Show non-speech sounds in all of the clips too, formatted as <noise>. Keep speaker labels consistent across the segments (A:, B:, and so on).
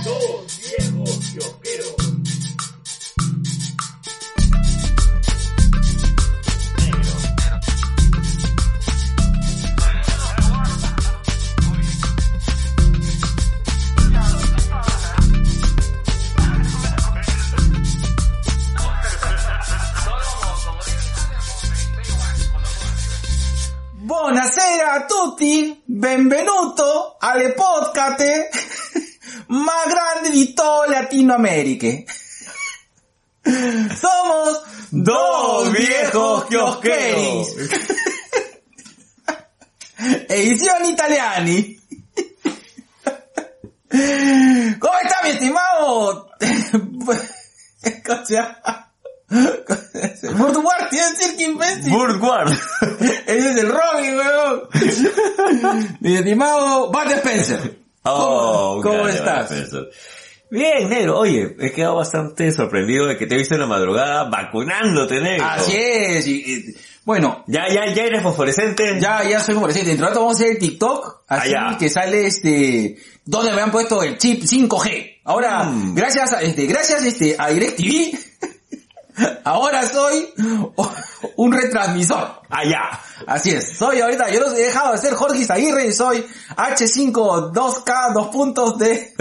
A: Diego Kiosquero.
B: Buonasera a tutti, benvenuto alle podcast <laughs> más grande di todo Latinoamérica. <laughs> Somos dos viejos kiosqueros.
C: <laughs>
B: Edición <laughs> italiani. ¿Cómo está mi estimado? <laughs> ¿Cómo se llama? <laughs> Burduar, tiene que decir que imbécil.
C: Burguard.
B: Ese es el Robin, <laughs> weón. Mi estimado Bart Spencer.
C: Oh,
B: <laughs> ¿Cómo
C: grande,
B: estás?
C: Profesor. Bien, negro. Oye, he quedado bastante sorprendido de que te he visto en la madrugada vacunándote, negro.
B: Así es. y- y- bueno,
C: Ya, ya, ya eres fosforescente.
B: ya, ya soy como reciente. Dentro de rato vamos a hacer el TikTok. Así
C: Ah, ya.
B: que sale este, donde me han puesto el chip 5G. Ahora,
C: Mm.
B: gracias a, este, gracias este, a DirecTV, <laughs> ahora soy <laughs> un retransmisor.
C: Allá.
B: Así es, soy ahorita, yo los he dejado de ser Jorge Aguirre y soy H5 2K 2 puntos de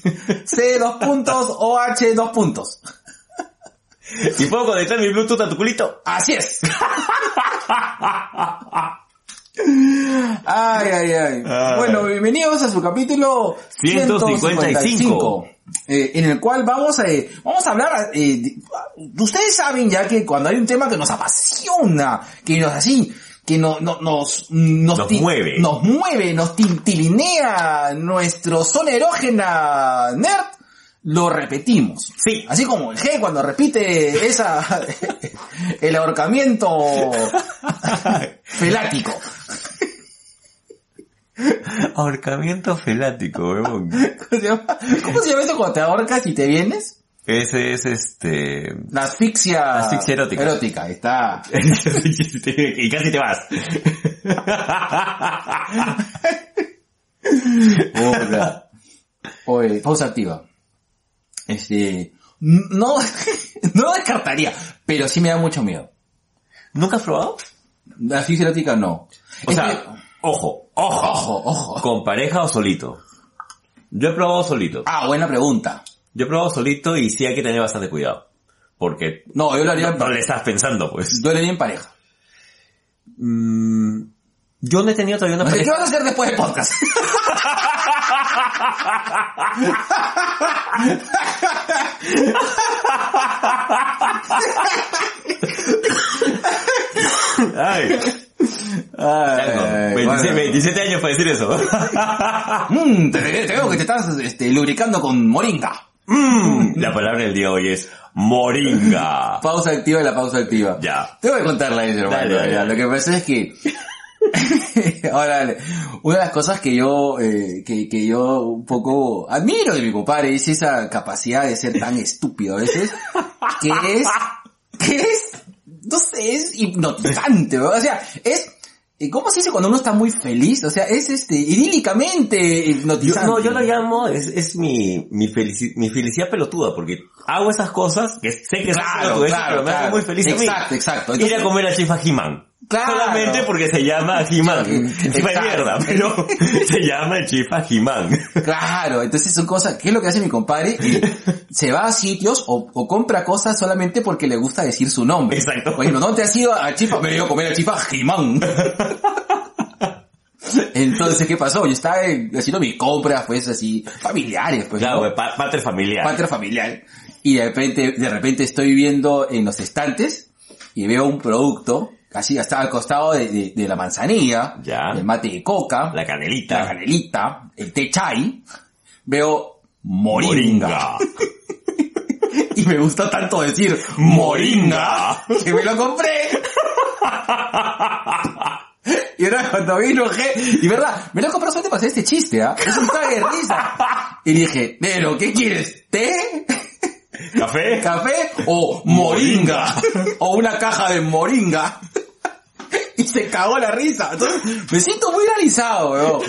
B: <laughs> C 2 puntos OH 2 puntos.
C: ¿Y puedo conectar mi Bluetooth a tu culito?
B: Así
C: <laughs>
B: es. Ay, ay, ay.
C: Ay.
B: Bueno, bienvenidos a su capítulo
C: 155,
B: eh, en el cual vamos a, eh, vamos a hablar, eh, de- ustedes saben ya que cuando hay un tema que nos apasiona, que nos así, que no, no- nos, nos,
C: Nos
B: ti-
C: mueve.
B: Nos mueve, nos tintilinea nuestro zona erógena nerd, lo repetimos.
C: Sí.
B: Así como el G cuando repite
C: <laughs>
B: esa, el ahorcamiento felático.
C: Ahorcamiento felático, weón.
B: ¿Cómo se llama? ¿Cómo se llama esto cuando te ahorcas y te vienes?
C: Ese es este... <laughs>
B: La asfixia,
C: Asfixia erótica.
B: Erótica, ahí está.
C: y casi te vas.
B: Puta. Oye, pausa activa. Este, no, <laughs> no descartaría, pero sí me da mucho miedo.
C: ¿Nunca has probado?
B: La asfixia erótica no.
C: O
B: Es
C: sea,
B: que-
C: ojo, ojo,
B: ojo, ojo.
C: ¿Con pareja o solito? Yo he probado solito.
B: Ah, buena pregunta.
C: Yo he probado solito y sí hay que tener bastante cuidado. Porque
B: No, yo lo haría,
C: no, no le estás pensando, pues.
B: yo lo haría en pareja.
C: Mm, yo no he tenido todavía una
B: No sé, ¿Qué
C: pareja.
B: vas a hacer después del podcast?
C: <laughs> Ay, chango, 27, 27 años para decir eso. <laughs>
B: Mm, te, te veo que te estás este, lubricando con moringa.
C: Mm, la palabra del día hoy es <laughs> moringa.
B: Pausa activa y la pausa activa.
C: Ya.
B: Te voy a contarla eso, hermano.
C: Dale, dale,
B: ya.
C: dale.
B: Lo que pasa es que... <laughs> Ahora, dale. una de las cosas que yo, eh, que, que yo un poco admiro de mi compadre es esa capacidad de ser tan estúpido a veces, que es, que es, no sé, es hipnotizante, ¿no? o sea, es, eh, ¿cómo se dice cuando uno está muy feliz? O sea, es este, idílicamente
C: Yo,
B: hipnotizante.
C: no, yo lo llamo, es, es mi, mi, felici- mi felicidad pelotuda, porque hago esas cosas que sé que son
B: Claro,
C: pelotudeces,
B: claro,
C: pero me hacen
B: claro.
C: muy feliz a mí.
B: Exacto, exacto.
C: Ir a comer a Chifa He-Man.
B: Claro.
C: Solamente porque se llama He-Man.
B: Exacto.
C: Chifa de mierda, pero <laughs> se llama Chifa He-Man.
B: Claro, entonces son cosas, ¿qué es lo que hace mi compadre? Eh,
C: <laughs>
B: Se va a sitios o, o compra cosas solamente porque le gusta decir su nombre.
C: Exacto.
B: Por ejemplo, ¿dónde has ido a Chipa? Me dio a comer a Chipa
C: <laughs>
B: Jimán. Entonces, ¿qué pasó? Yo estaba eh, haciendo mis compras, pues, así, familiares, pues.
C: Claro,
B: ¿no?
C: güey, pa- patria familiar.
B: Patria familiar. Y de repente, de repente estoy viendo en los estantes y veo un producto, casi hasta al costado de, de- de la manzanilla,
C: Ya.
B: el mate de coca,
C: la canelita.
B: la canelita, el té chai, veo moringa. <laughs> Y me gusta tanto decir moringa que me lo compré. Y ahora cuando vi lo que- y verdad, me lo compré solamente para hacer este chiste, ¿ah? Es un cague de risa. Y dije, pero ¿qué quieres? ¿Té? <laughs>
C: ¿Café?
B: ¿Café? O moringa. O una caja de moringa. y se cagó la risa. Entonces, me siento muy realizado, weón.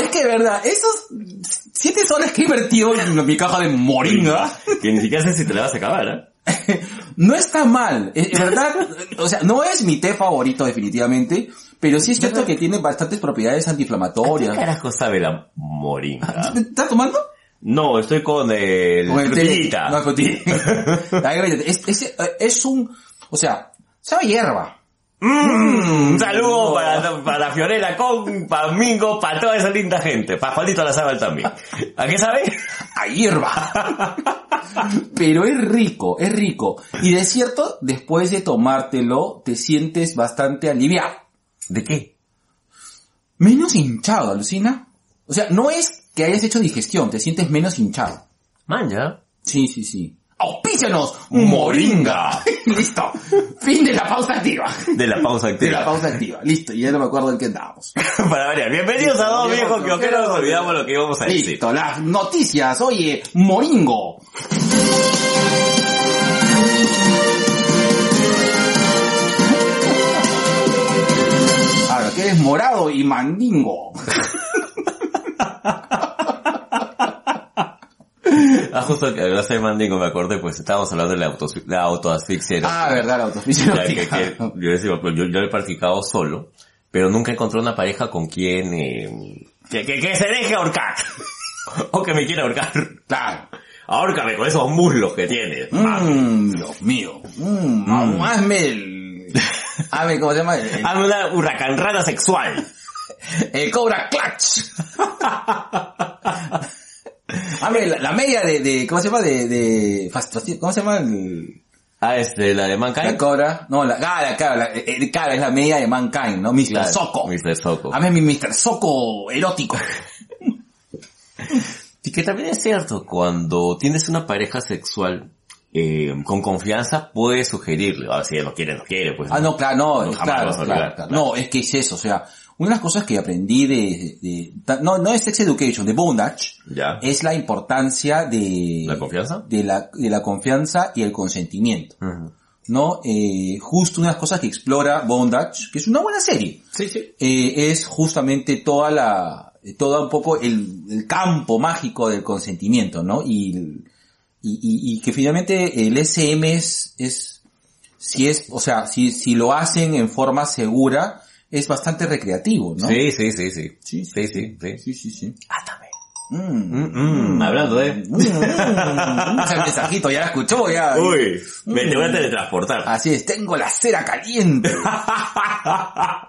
B: Es que, de verdad, esos 7 soles que he invertido en mi caja de moringa, <laughs>
C: Que ni siquiera sé si te la vas a acabar, ¿eh?
B: no está mal. Es, en verdad, o sea, no es mi té favorito definitivamente, pero sí es cierto que tiene bastantes propiedades
C: Ah, ¿Qué
B: antiinflamatorias.
C: carajo sabe la
B: <laughs>
C: moringa?
B: ¿Te- te ¿Estás tomando?
C: No, estoy con el...
B: Con el té.
C: Eh, frutillita.
B: No, con té. Es, es- es un, o sea, sabe a hierba.
C: Mm, un saludo
B: No.
C: para, para Fiorella con, para Mingo, para toda esa linda gente. Para Juanito la sabe también. ¿A qué sabe?
B: a hierba. Pero es rico, es rico. Y de cierto, después de tomártelo, te sientes bastante aliviado.
C: ¿De qué?
B: Menos hinchado, alucina. O sea, no es que hayas hecho digestión, te sientes menos hinchado.
C: Manja.
B: Sí, sí, sí. ¡Auspícianos! ¡Moringa! <laughs> Listo. Fin de la pausa activa.
C: De la pausa
B: De la
C: activa.
B: pausa activa. Listo. Y ya no me acuerdo en qué andábamos.
C: <laughs> para variar. Bienvenidos a dos viejos que ojeros, nos olvidamos lo que íbamos a decir.
B: Listo. Las noticias. Oye, Moringo. Ahora, que es morado y
C: <laughs>
B: mandingo.
C: Ah, justo que habló de Mandingo me acordé, pues estábamos hablando de la, autos, la autoasfixia.
B: Ah, verdad, la autofisión.
C: Ya que- que- yo, decía, pues, yo, yo lo he practicado solo, pero nunca encontré una pareja con quien... eh, que, que- que se deje ahorcar. <laughs> o que me quiera ahorcar.
B: Claro.
C: Ahórcame con esos muslos que tienes. ma.
B: Mmm, Dios mío. Mmm,
C: Ah. Mm.
B: hazme
C: <laughs>
B: el... Hazme, Ah, ¿cómo se llama? El, el-
C: Hazme una hurracanrana sexual.
B: el Cobra Clutch.
C: <laughs>
B: Hazme Ah, la, la media de, de- ¿cómo se llama? De, de, fast- ¿cómo se llama? El,
C: Ah, este, la de Mankind.
B: La cobra, no, la cara, cara, la, eh, eh, cara es la media de Mankind, ¿no? Mr.
C: Claro,
B: Soco.
C: Mr. Soco.
B: Hazme mi Mr. Soco erótico.
C: Y que también es cierto, cuando tienes una pareja sexual eh, con confianza, puedes sugerirle. Ahora, si ella no quiere, no quiere, pues.
B: Ah, no, claro, no,
C: No, jamás
B: claro,
C: vas a
B: claro,
C: olvidar,
B: claro.
C: claro.
B: No, es que es eso, o sea, una de las cosas que aprendí de, de- ta- no, no es Sex Education, de Bondage,
C: Ya.
B: es la importancia de...
C: ¿La confianza?
B: De la, de la confianza y el consentimiento,
C: Ujú.
B: ¿no? Eh, justo una de las cosas que explora Bondage, que es una buena serie,
C: Sí, sí.
B: eh, es justamente toda la, toda un poco el, el campo mágico del consentimiento, ¿no? Y, y, y- y que finalmente el SM es, es, si es, o sea, si, si lo hacen en forma segura, es bastante recreativo, ¿no?
C: Sí, sí, sí, sí.
B: Sí,
C: Sí, sí, sí.
B: sí, sí. sí.
C: Átame.
B: Mm. <laughs>
C: Mm, mm, hablando de...
B: Mm, mm, mm. O sea, el mensajito ya la escuchó, ya.
C: Uy, me te voy a teletransportar.
B: Así es, tengo la cera caliente.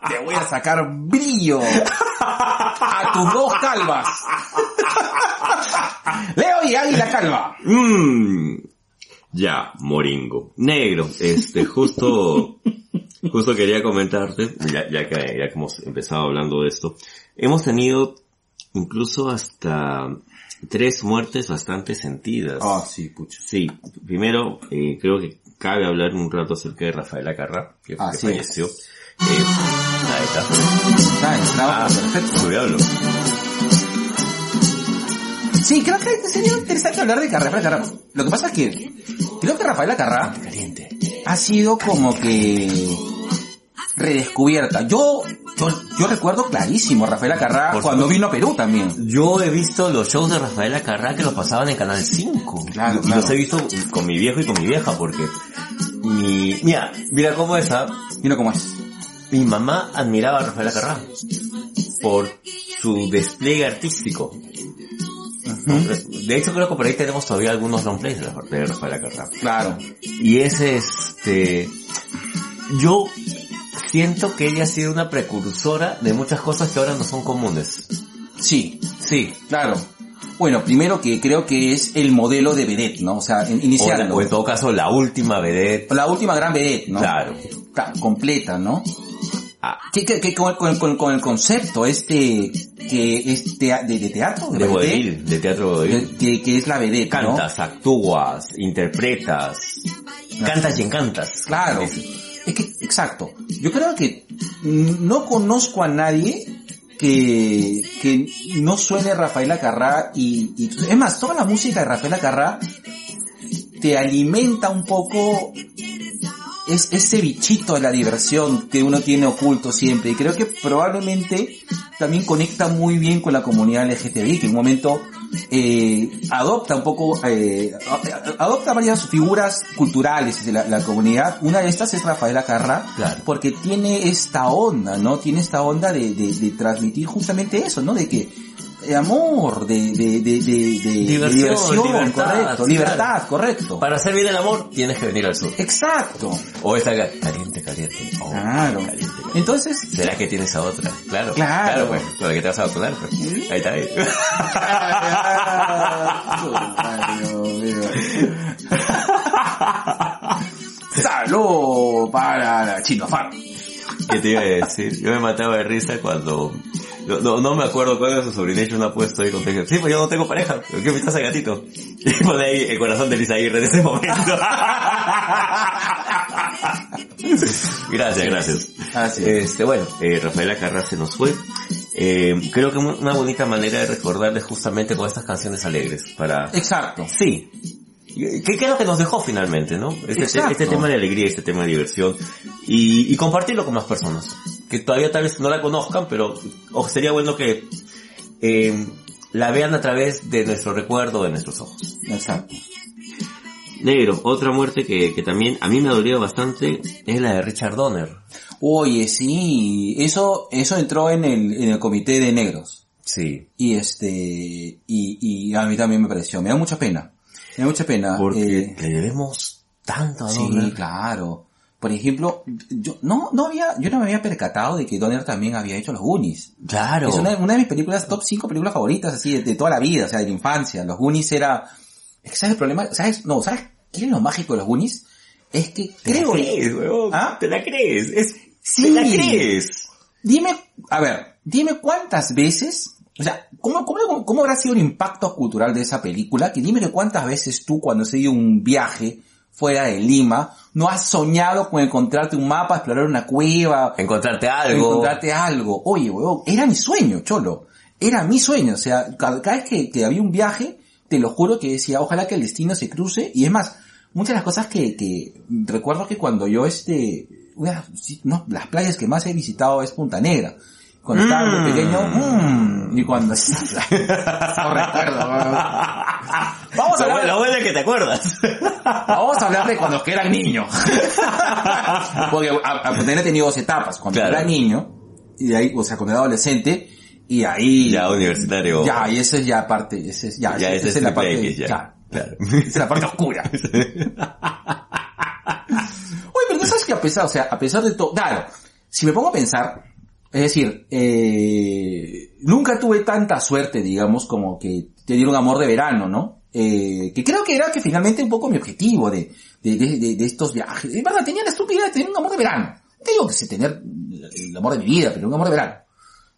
B: Te voy a sacar brillo a tus dos calvas. Leo y Águila Calva.
C: Mm, ya, moringo. Negro, este, justo,
B: <laughs>
C: justo quería comentarte, ya, ya que, ya que hemos empezado hablando de esto, hemos tenido incluso hasta tres muertes bastante sentidas.
B: Ah, sí, pucho.
C: Sí, primero, eh, creo que cabe hablar un rato acerca de Rafaela Carrá, que, que
B: Así es.
C: falleció. Eh, ahí está. Ah,
B: perfecto.
C: su diablo.
B: Sí, creo que sería interesante hablar de Carrera Carrá. Lo que pasa es que creo que Rafaela Carrá
C: Caliente.
B: ha sido como que redescubierta. Yo, yo, yo recuerdo clarísimo a Rafaela Carrá
C: Por
B: cuando vino a Perú también.
C: Yo he visto los shows de Rafaela Carrá que los pasaban en Canal
B: Claro,
C: 5. Y
B: claro.
C: Los he visto con mi viejo y con mi vieja porque mi, mira, mira cómo es, ¿ah?
B: Mira cómo es.
C: mi mamá admiraba a Rafaela Carrá por su despliegue artístico. De hecho creo que por ahí tenemos todavía algunos long plays de Rafa- de Rafaela Carrá.
B: Claro.
C: Y es este, yo siento que ella ha sido una precursora de muchas cosas que ahora no son comunes.
B: Sí,
C: Sí,
B: Claro. Bueno, primero que creo que es el modelo de vedette, ¿no? O sea, in-
C: O, la-
B: iniciando.
C: o en todo caso, la última vedette.
B: La última gran vedette, ¿no?
C: Claro.
B: Ta- completa, ¿no?
C: Ah,
B: Que, que- que con, con- con- con el concepto este, que este de, de teatro,
C: de
B: vedette,
C: vodevil, de teatro vodevil.
B: que- que, que es la vedette, ¿no?
C: Cantas, actúas, interpretas, cantas y encantas.
B: Claro. Es que, exacto. Yo creo que no conozco a nadie que, que no suene Rafaela Carrá y, y- es más, toda la música de Rafaela Carrá te alimenta un poco es ese bichito de la diversión que uno tiene oculto siempre. Y creo que probablemente también conecta muy bien con la comunidad LGTBI, que en un momento eh, adopta un poco, eh, a- a- adopta varias figuras culturales de la, la comunidad. Una de estas es Rafaela Carrá,
C: Claro.
B: porque tiene esta onda, ¿no? Tiene esta onda de, de- de transmitir justamente eso, ¿no? De que eh, amor, de, de, de, de- de- de
D: Diversión, libertad,
B: correcto,
D: claro.
B: libertad, Ah, correcto.
D: Para hacer bien el amor, tienes que venir al sur.
B: Exacto.
D: O esta acá, caliente, caliente. Oh,
B: Claro.
D: caliente, caliente.
B: Entonces, <laughs>
D: ¿Será que tienes a otra? Claro.
B: Claro.
D: pues. ¿Con la que te vas a vacunar? pues. Ahí está. ahí.
B: Salud para la Chino Farm.
C: ¿Qué te iba a decir? Yo me mataba de risa cuando... No, no, no me acuerdo cuál era su sobrinete, una apuesta ahí contigo. Sí, pues yo no tengo pareja. ¿Qué me estás a gatito? Y pone ahí el corazón de Lisa Aguirre en ese momento. gracias, gracias.
B: Así es.
C: Este, bueno, eh, Rafaela Carrá se nos fue. Eh, creo que mu- una bonita manera de recordarles justamente con estas canciones alegres para...
B: Exacto.
C: Sí. Que que es lo que nos dejó finalmente, ¿no? Este, te-
B: Exacto.
C: este tema de alegría, este tema de diversión. Y, y compartirlo con más personas. Que todavía tal vez no la conozcan, pero o sería bueno que eh, la vean a través de nuestro recuerdo, de nuestros ojos.
B: Exacto.
C: Negro, otra muerte que, que también a mí me ha dolido bastante es la de Richard Donner.
B: Oye, sí, eso, eso entró en el, en el comité de negros.
C: Sí.
B: Y este, y, y a mí también me pareció, me da mucha pena. Me da mucha pena.
C: Porque
B: eh,
C: le debemos tanto a Donner.
B: Sí, claro. Por ejemplo, yo no, no había, yo no me había percatado de que Donner también había hecho los Goonies.
C: Claro.
B: Es una, una de mis películas, top 5 películas favoritas, así, de, de toda la vida, o sea, de la infancia. Los Goonies era... Es que ¿sabes el problema? ¿Sabes? No, ¿sabes qué es lo mágico de los Goonies? Es que creo...
C: weón.
B: ¿Ah?
C: Te la crees. Es,
B: Sí. Dime, a ver, dime cuántas veces, o sea, ¿cómo, cómo, cómo habrá sido el impacto cultural de esa película? Que dime de cuántas veces tú cuando has ido un viaje fuera de Lima, no has soñado con encontrarte un mapa, explorar una cueva,
D: Encontrarte algo.
B: encontrarte algo. Oye, weón, era mi sueño, cholo. Era mi sueño. O sea, cada, cada vez que, que había un viaje, te lo juro que decía, ojalá que el destino se cruce. Y es más, muchas de las cosas que, que recuerdo que cuando yo este, una de las- sí, no, las playas que más he visitado es Punta Negra. Cuando estaba muy pequeño, mm, y cuando... <laughs> no recuerdo, weón. Vamos a
C: Lo bueno-
B: hablar
C: lo bueno es que te acuerdas.
B: Vamos a hablar de cuando que era
C: <laughs>
B: niño. Porque a, a tener tenido dos etapas. Cuando
C: Claro.
B: era niño, y de ahí, o sea, cuando era adolescente, y ahí...
C: Ya, universitario.
B: Ya, y esa es ya parte, esa es, ya,
C: Ya,
B: esa,
C: ese
B: es
C: es
B: la
C: el
B: parte,
C: playlist, ya.
B: ya.
C: Claro.
B: Esa es la parte oscura.
C: <laughs>
B: Oye, pero tú sabes que a pesar, o sea, a pesar de todo, claro, si me pongo a pensar, es decir, eh, nunca tuve tanta suerte, digamos, como que tener un amor de verano, ¿no? Eh, que creo que era que finalmente un poco mi objetivo de, de, de, de- de estos viajes. Es verdad, tenía la estupidez de tener un amor de verano. No Te digo que sé tener el amor de mi vida, pero un amor de verano.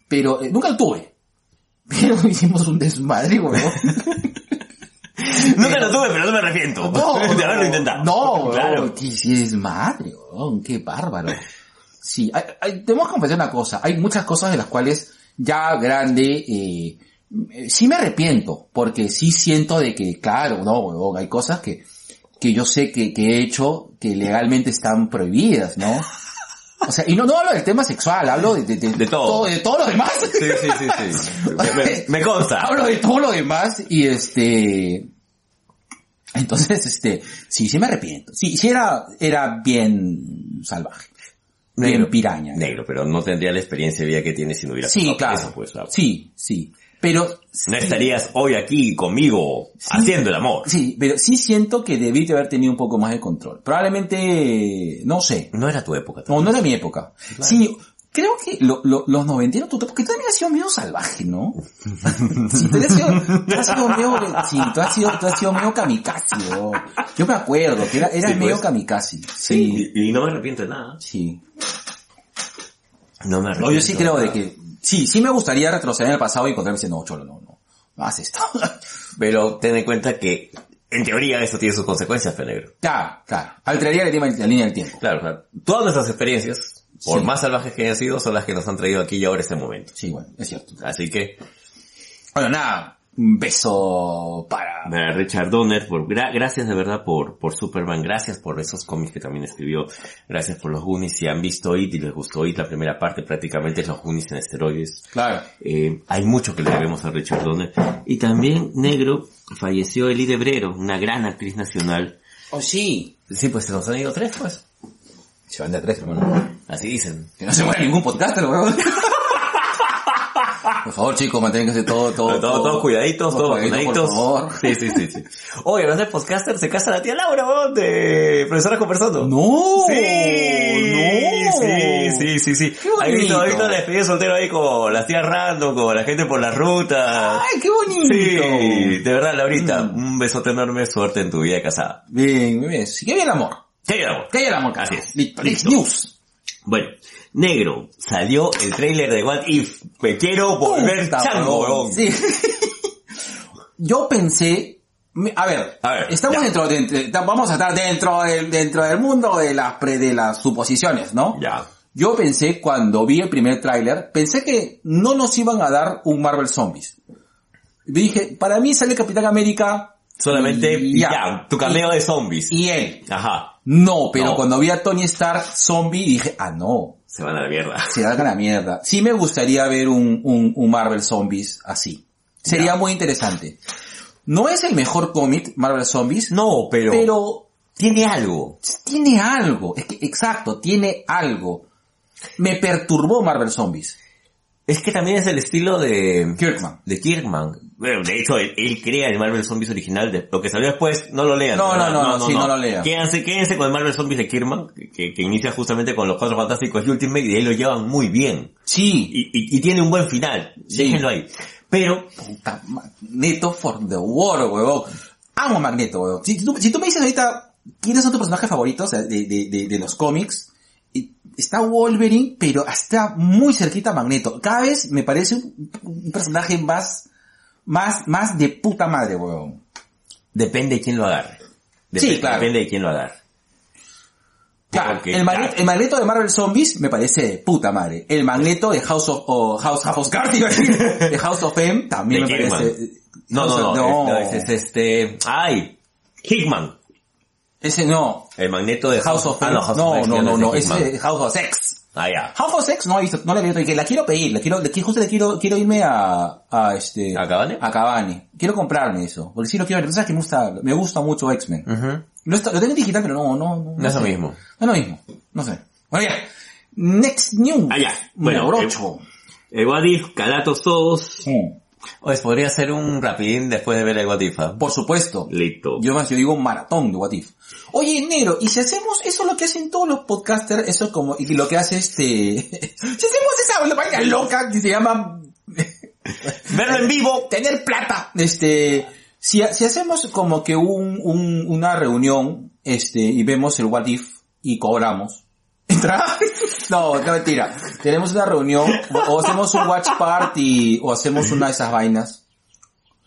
B: Pero eh, nunca lo tuve. <laughs> Pero hicimos un desmadre, weón.
C: Nunca lo tuve, pero no
B: <laughs>
C: me arrepiento. <laughs> de haberlo intentado.
B: No,
C: claro.
B: claro. Si es madre, weón, qué bárbaro. Sí, hay, hay- tenemos que confesar una cosa. Hay muchas cosas de las cuales ya grande, eh, eh, sí me arrepiento, porque sí siento de que, claro, no, weón, hay cosas que, que yo sé que, que he hecho que legalmente están prohibidas, ¿no? O sea, y no, no hablo del tema sexual, hablo de, de, de-
C: De todo.
B: de todo lo demás.
C: Sí, sí, sí, sí. Me, me- me consta.
B: hablo de todo lo demás y este entonces este sí sí me arrepiento sí sí era era bien salvaje bien
C: Negro.
B: piraña
C: Negro, pero no tendría la experiencia de vida que tienes si no hubieras
B: sí
C: pasado por
B: claro
C: eso, pues, claro.
B: sí sí pero
C: No estarías hoy aquí conmigo haciendo el amor.
B: sí pero sí siento que debí de haber tenido un poco más de control probablemente no sé
C: No era tu época.
B: no no era mi época sí creo que lo- lo- los noventeros tú porque tú también has sido medio salvaje no <laughs> Sí, tú has sido, tú has sido medio, sí, tú has sido, tú has sido medio kamikaze, weón. Yo me acuerdo que era, eras
C: Sí, pues.
B: medio kamikaze. Sí,
C: Y, y no me arrepiento de nada.
B: sí.
C: No me arrepiento.
B: No, yo sí creo de
C: nada.
B: que, sí, sí me gustaría retroceder en el pasado y encontrarme diciendo, no, cholo, no, no, no haces esto. <laughs>
C: Pero ten en cuenta que, en teoría, esto tiene sus consecuencias, fe negro.
B: claro, claro. Alteraría el tema- la línea del tiempo.
C: Claro, claro. Todas nuestras experiencias, por
B: Sí.
C: más salvajes que hayan sido, son las que nos han traído aquí y ahora este momento.
B: Sí, bueno, es cierto.
C: Así que,
B: Bueno, nada, un beso para...
E: para Richard Donner, por, gra- gracias de verdad por, por Superman, gracias por esos cómics que también escribió, gracias por los Goonies, si han visto IT y les gustó IT, la primera parte prácticamente es los Goonies en esteroides.
B: Claro.
E: Eh, hay mucho que le debemos a Richard Donner. Y también, negro, falleció Elide Hebrero, una gran actriz nacional.
B: Oh, sí.
C: Sí, pues se nos han ido tres, pues.
B: Se van de a tres, hermano.
C: Así dicen.
B: Que no se muera ningún podcaster, weón. Por favor, chicos, manténganse todo, todo,
C: Todos, todos, cuidaditos, todos
B: cuidaditos,
C: vacunaditos.
B: Por favor.
C: Sí, sí, sí, sí. Oye, hablando de podcaster, se casa la tía Laura, weón, de Profesoras Conversando.
B: <laughs> No.
C: Sí,
B: ¡Oh, No.
C: sí, sí, sí, sí.
B: Qué
C: Ahí
B: bonito.
C: visto, ahí visto la despedida de soltero ahí con las tías random, con la gente por las rutas.
B: Ay, qué Mm. bonito.
C: Sí, de verdad, Laurita, un besote enorme, suerte en tu vida de casada.
B: Bien, muy bien. Sí, qué bien el amor.
C: Sí, amor.
B: Qué bien el amor.
C: Así es.
B: Listo. Next
C: Listo.
B: News.
E: Bueno, negro,
C: Salió el tráiler de What If. Me quiero volver
B: Puta,
C: chango,
B: weón.
C: weón.
B: Sí. <laughs> Yo pensé, me- a ver,
C: A ver,
B: estamos
C: ya.
B: dentro, de- de- vamos a estar dentro del, dentro del mundo de las pre, de las suposiciones, ¿no?
C: Ya.
B: Yo pensé cuando vi el primer tráiler, pensé que no nos iban a dar un Marvel Zombies. Dije, para mí sale Capitán América
C: Solamente,
B: Y ya.
C: ya, tu cameo de zombies.
B: y él.
C: Ajá.
B: No, pero
C: No.
B: cuando vi a Tony Stark zombie dije, ah no,
C: Se van a la mierda.
B: se haga la mierda. Sí me gustaría ver un, un- un Marvel Zombies así. Sería muy interesante. No es el mejor cómic, Marvel Zombies,
C: No, pero,
B: pero
C: tiene algo.
B: tiene algo. Es que, exacto, tiene algo. Me perturbó Marvel Zombies.
C: Es que también es el estilo de,
B: Kirkman.
C: de Kirkman. Bueno, de hecho, él, él crea el Marvel Zombies original. De, lo que salió después, no lo lean.
B: No,
C: de
B: no,
C: verdad.
B: no, sí, no lo lean.
C: Quédense, quédense con el Marvel Zombies de Kirkman, que, que inicia justamente con los Cuatro Fantásticos y Ultimate, y de ahí lo llevan muy bien.
B: Sí.
C: Y, y- y tiene un buen final.
B: Sí.
C: Déjenlo ahí. Pero,
B: Puta, Magneto for the War, huevón. Amo a Magneto, huevón. Si, tú, si tú me dices ahorita, ¿quiénes son tus personajes favoritos de, de- de- de los cómics? Y Está Wolverine, pero está muy cerquita a Magneto. Cada vez me parece un, un personaje más, más, más de puta madre, huevón.
C: depende de quién lo agarre. Dep-
B: Sí, claro.
C: Depende de quién lo agarre.
B: Claro,
C: Porque,
B: el, Magneto,
C: claro.
B: el Magneto de Marvel Zombies me parece de puta madre. El Magneto de House of, o House, House of Cards, iba a decir, de House of M también
C: De
B: me
C: Kirkman.
B: parece.
C: No,
B: House
C: no,
B: of-
C: no. es- no, Es, es este... ¡Ay! Hickman.
B: Ese no.
C: El magneto de
B: House of
C: ah, no,
B: X.
C: House
B: no,
C: of X
B: no,
C: es
B: no,
C: de
B: no,
C: Hickman.
B: ese es eh, House of Sex.
C: Ah, ya.
B: House of Sex no he visto, no la he visto, y que la quiero pedir, la quiero, le qui- justo le quiero, quiero irme a, a este...
C: ¿A Cavani?
B: A Cavani. Quiero comprarme eso, porque sí lo quiero ver, tú sabes que me gusta, me gusta mucho X-Men. Lo, está- lo tengo en digital, pero no, no, no.
C: No es lo
B: sé.
C: mismo.
B: No es lo mismo, no sé. Bueno, ya. Next News.
E: Ah, ya. Bueno,
B: Número
E: eh,
B: ocho.
E: el What If, Calatos todos,
B: Sí.
C: Pues podría ser un rapidín después de ver el Guatifa.
B: Por supuesto.
E: listo.
B: Yo más, yo digo maratón de What If. Oye, negro, y si hacemos eso lo que hacen todos los podcasters, eso es como, y lo que hace este, <laughs> si hacemos esa vaina loca que se llama
C: Verlo en vivo.
B: tener plata, este, si, ha- si hacemos como que un, un- una reunión, este, y vemos el What If y cobramos, <laughs> ¿entra? No, no mentira. Tenemos una reunión, o hacemos un watch party, o hacemos una de esas vainas.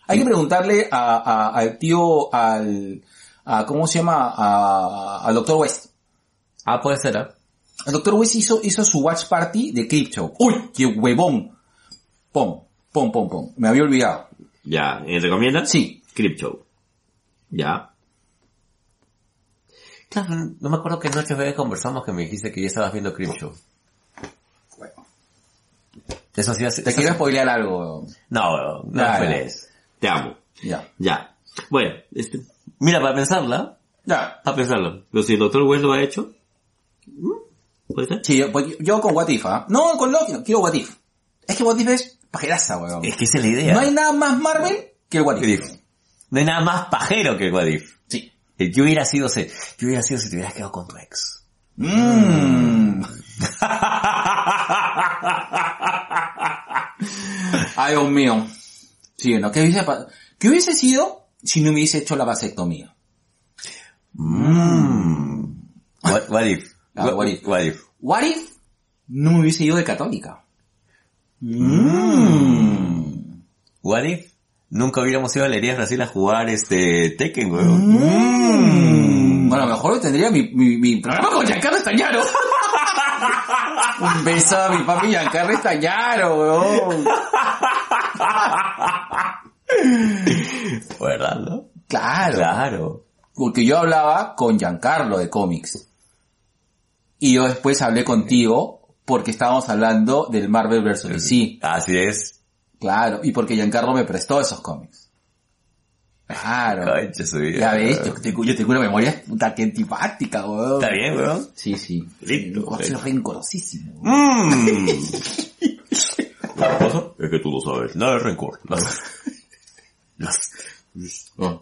B: Hay que preguntarle a, a- al tío, al, a, ¿cómo se llama? A- al doctor West.
C: Ah, puede
E: ¿eh?
C: ser, ¿ah?
B: El doctor West hizo, hizo su watch party de Crypto. ¡Uy! ¡Qué huevón! Pom, pom, pom, pom. Me había olvidado.
E: Ya, ¿eh, ¿recomiendas?
B: Sí.
E: Crypto. Ya.
C: Claro, no me acuerdo qué noche fue que conversamos que me dijiste que ya estabas viendo Crip Show. Eso sí hace...
B: Te
C: eso
B: quiero
C: sí-
B: spoilear algo.
C: No, no, no
B: Nada.
C: spoilees.
E: Te amo.
B: Ya.
E: Ya. Bueno, este,
C: Mira, para pensarla,
B: Ya.
E: a pensarlo. Pero si el doctor Wells lo ha hecho, ¿mm? ¿puede ser?
B: Sí, yo, pues, yo con What If, ¿ah? No, con Loki, no, quiero What If. Es que What If es pajeraza, weón.
C: es que esa es la idea.
B: No hay nada más Marvel que el What If.
C: What If. No hay nada más pajero que el Guadif.
B: Sí.
C: Yo hubiera sido, si- yo hubiera sido si te hubieras quedado con tu ex.
B: Mmm. <laughs> Ay, Dios mío. Sí, ¿no? ¿Qué hubiese, pa- ¿Qué hubiese sido si no hubiese hecho la vasectomía?
C: What, what if?
B: Ah, what if.
C: What if?
B: What if no me hubiese ido de católica?
C: What if nunca hubiéramos ido a Galerías Brasil a jugar este Tekken, weón?
B: Mm-hmm. Mm, Bueno, a lo mejor tendría mi, mi, mi programa con Giancarlo Estañaro. <laughs> Un beso a mi papi Giancarlo Estañaro, weón.
C: ¿Verdad, no?
B: Claro.
C: Claro.
B: Porque yo hablaba con Giancarlo de cómics. Y yo después hablé contigo porque estábamos hablando del Marvel vs. DC.
C: Así es.
B: Claro. Y porque Giancarlo me prestó esos cómics. Claro.
C: Concha su vida.
B: Ya ves, yo te, yo tengo una memoria puta que antipática, weón.
C: Está bien, weón.
B: Sí, sí.
C: Listo,
B: Yo soy
C: perfecto.
B: rencorosísimo. weón. Mm.
C: Mmm. La cosa es que tú lo sabes. Nada de
B: <laughs>
C: rencor. Nada.
B: Ah,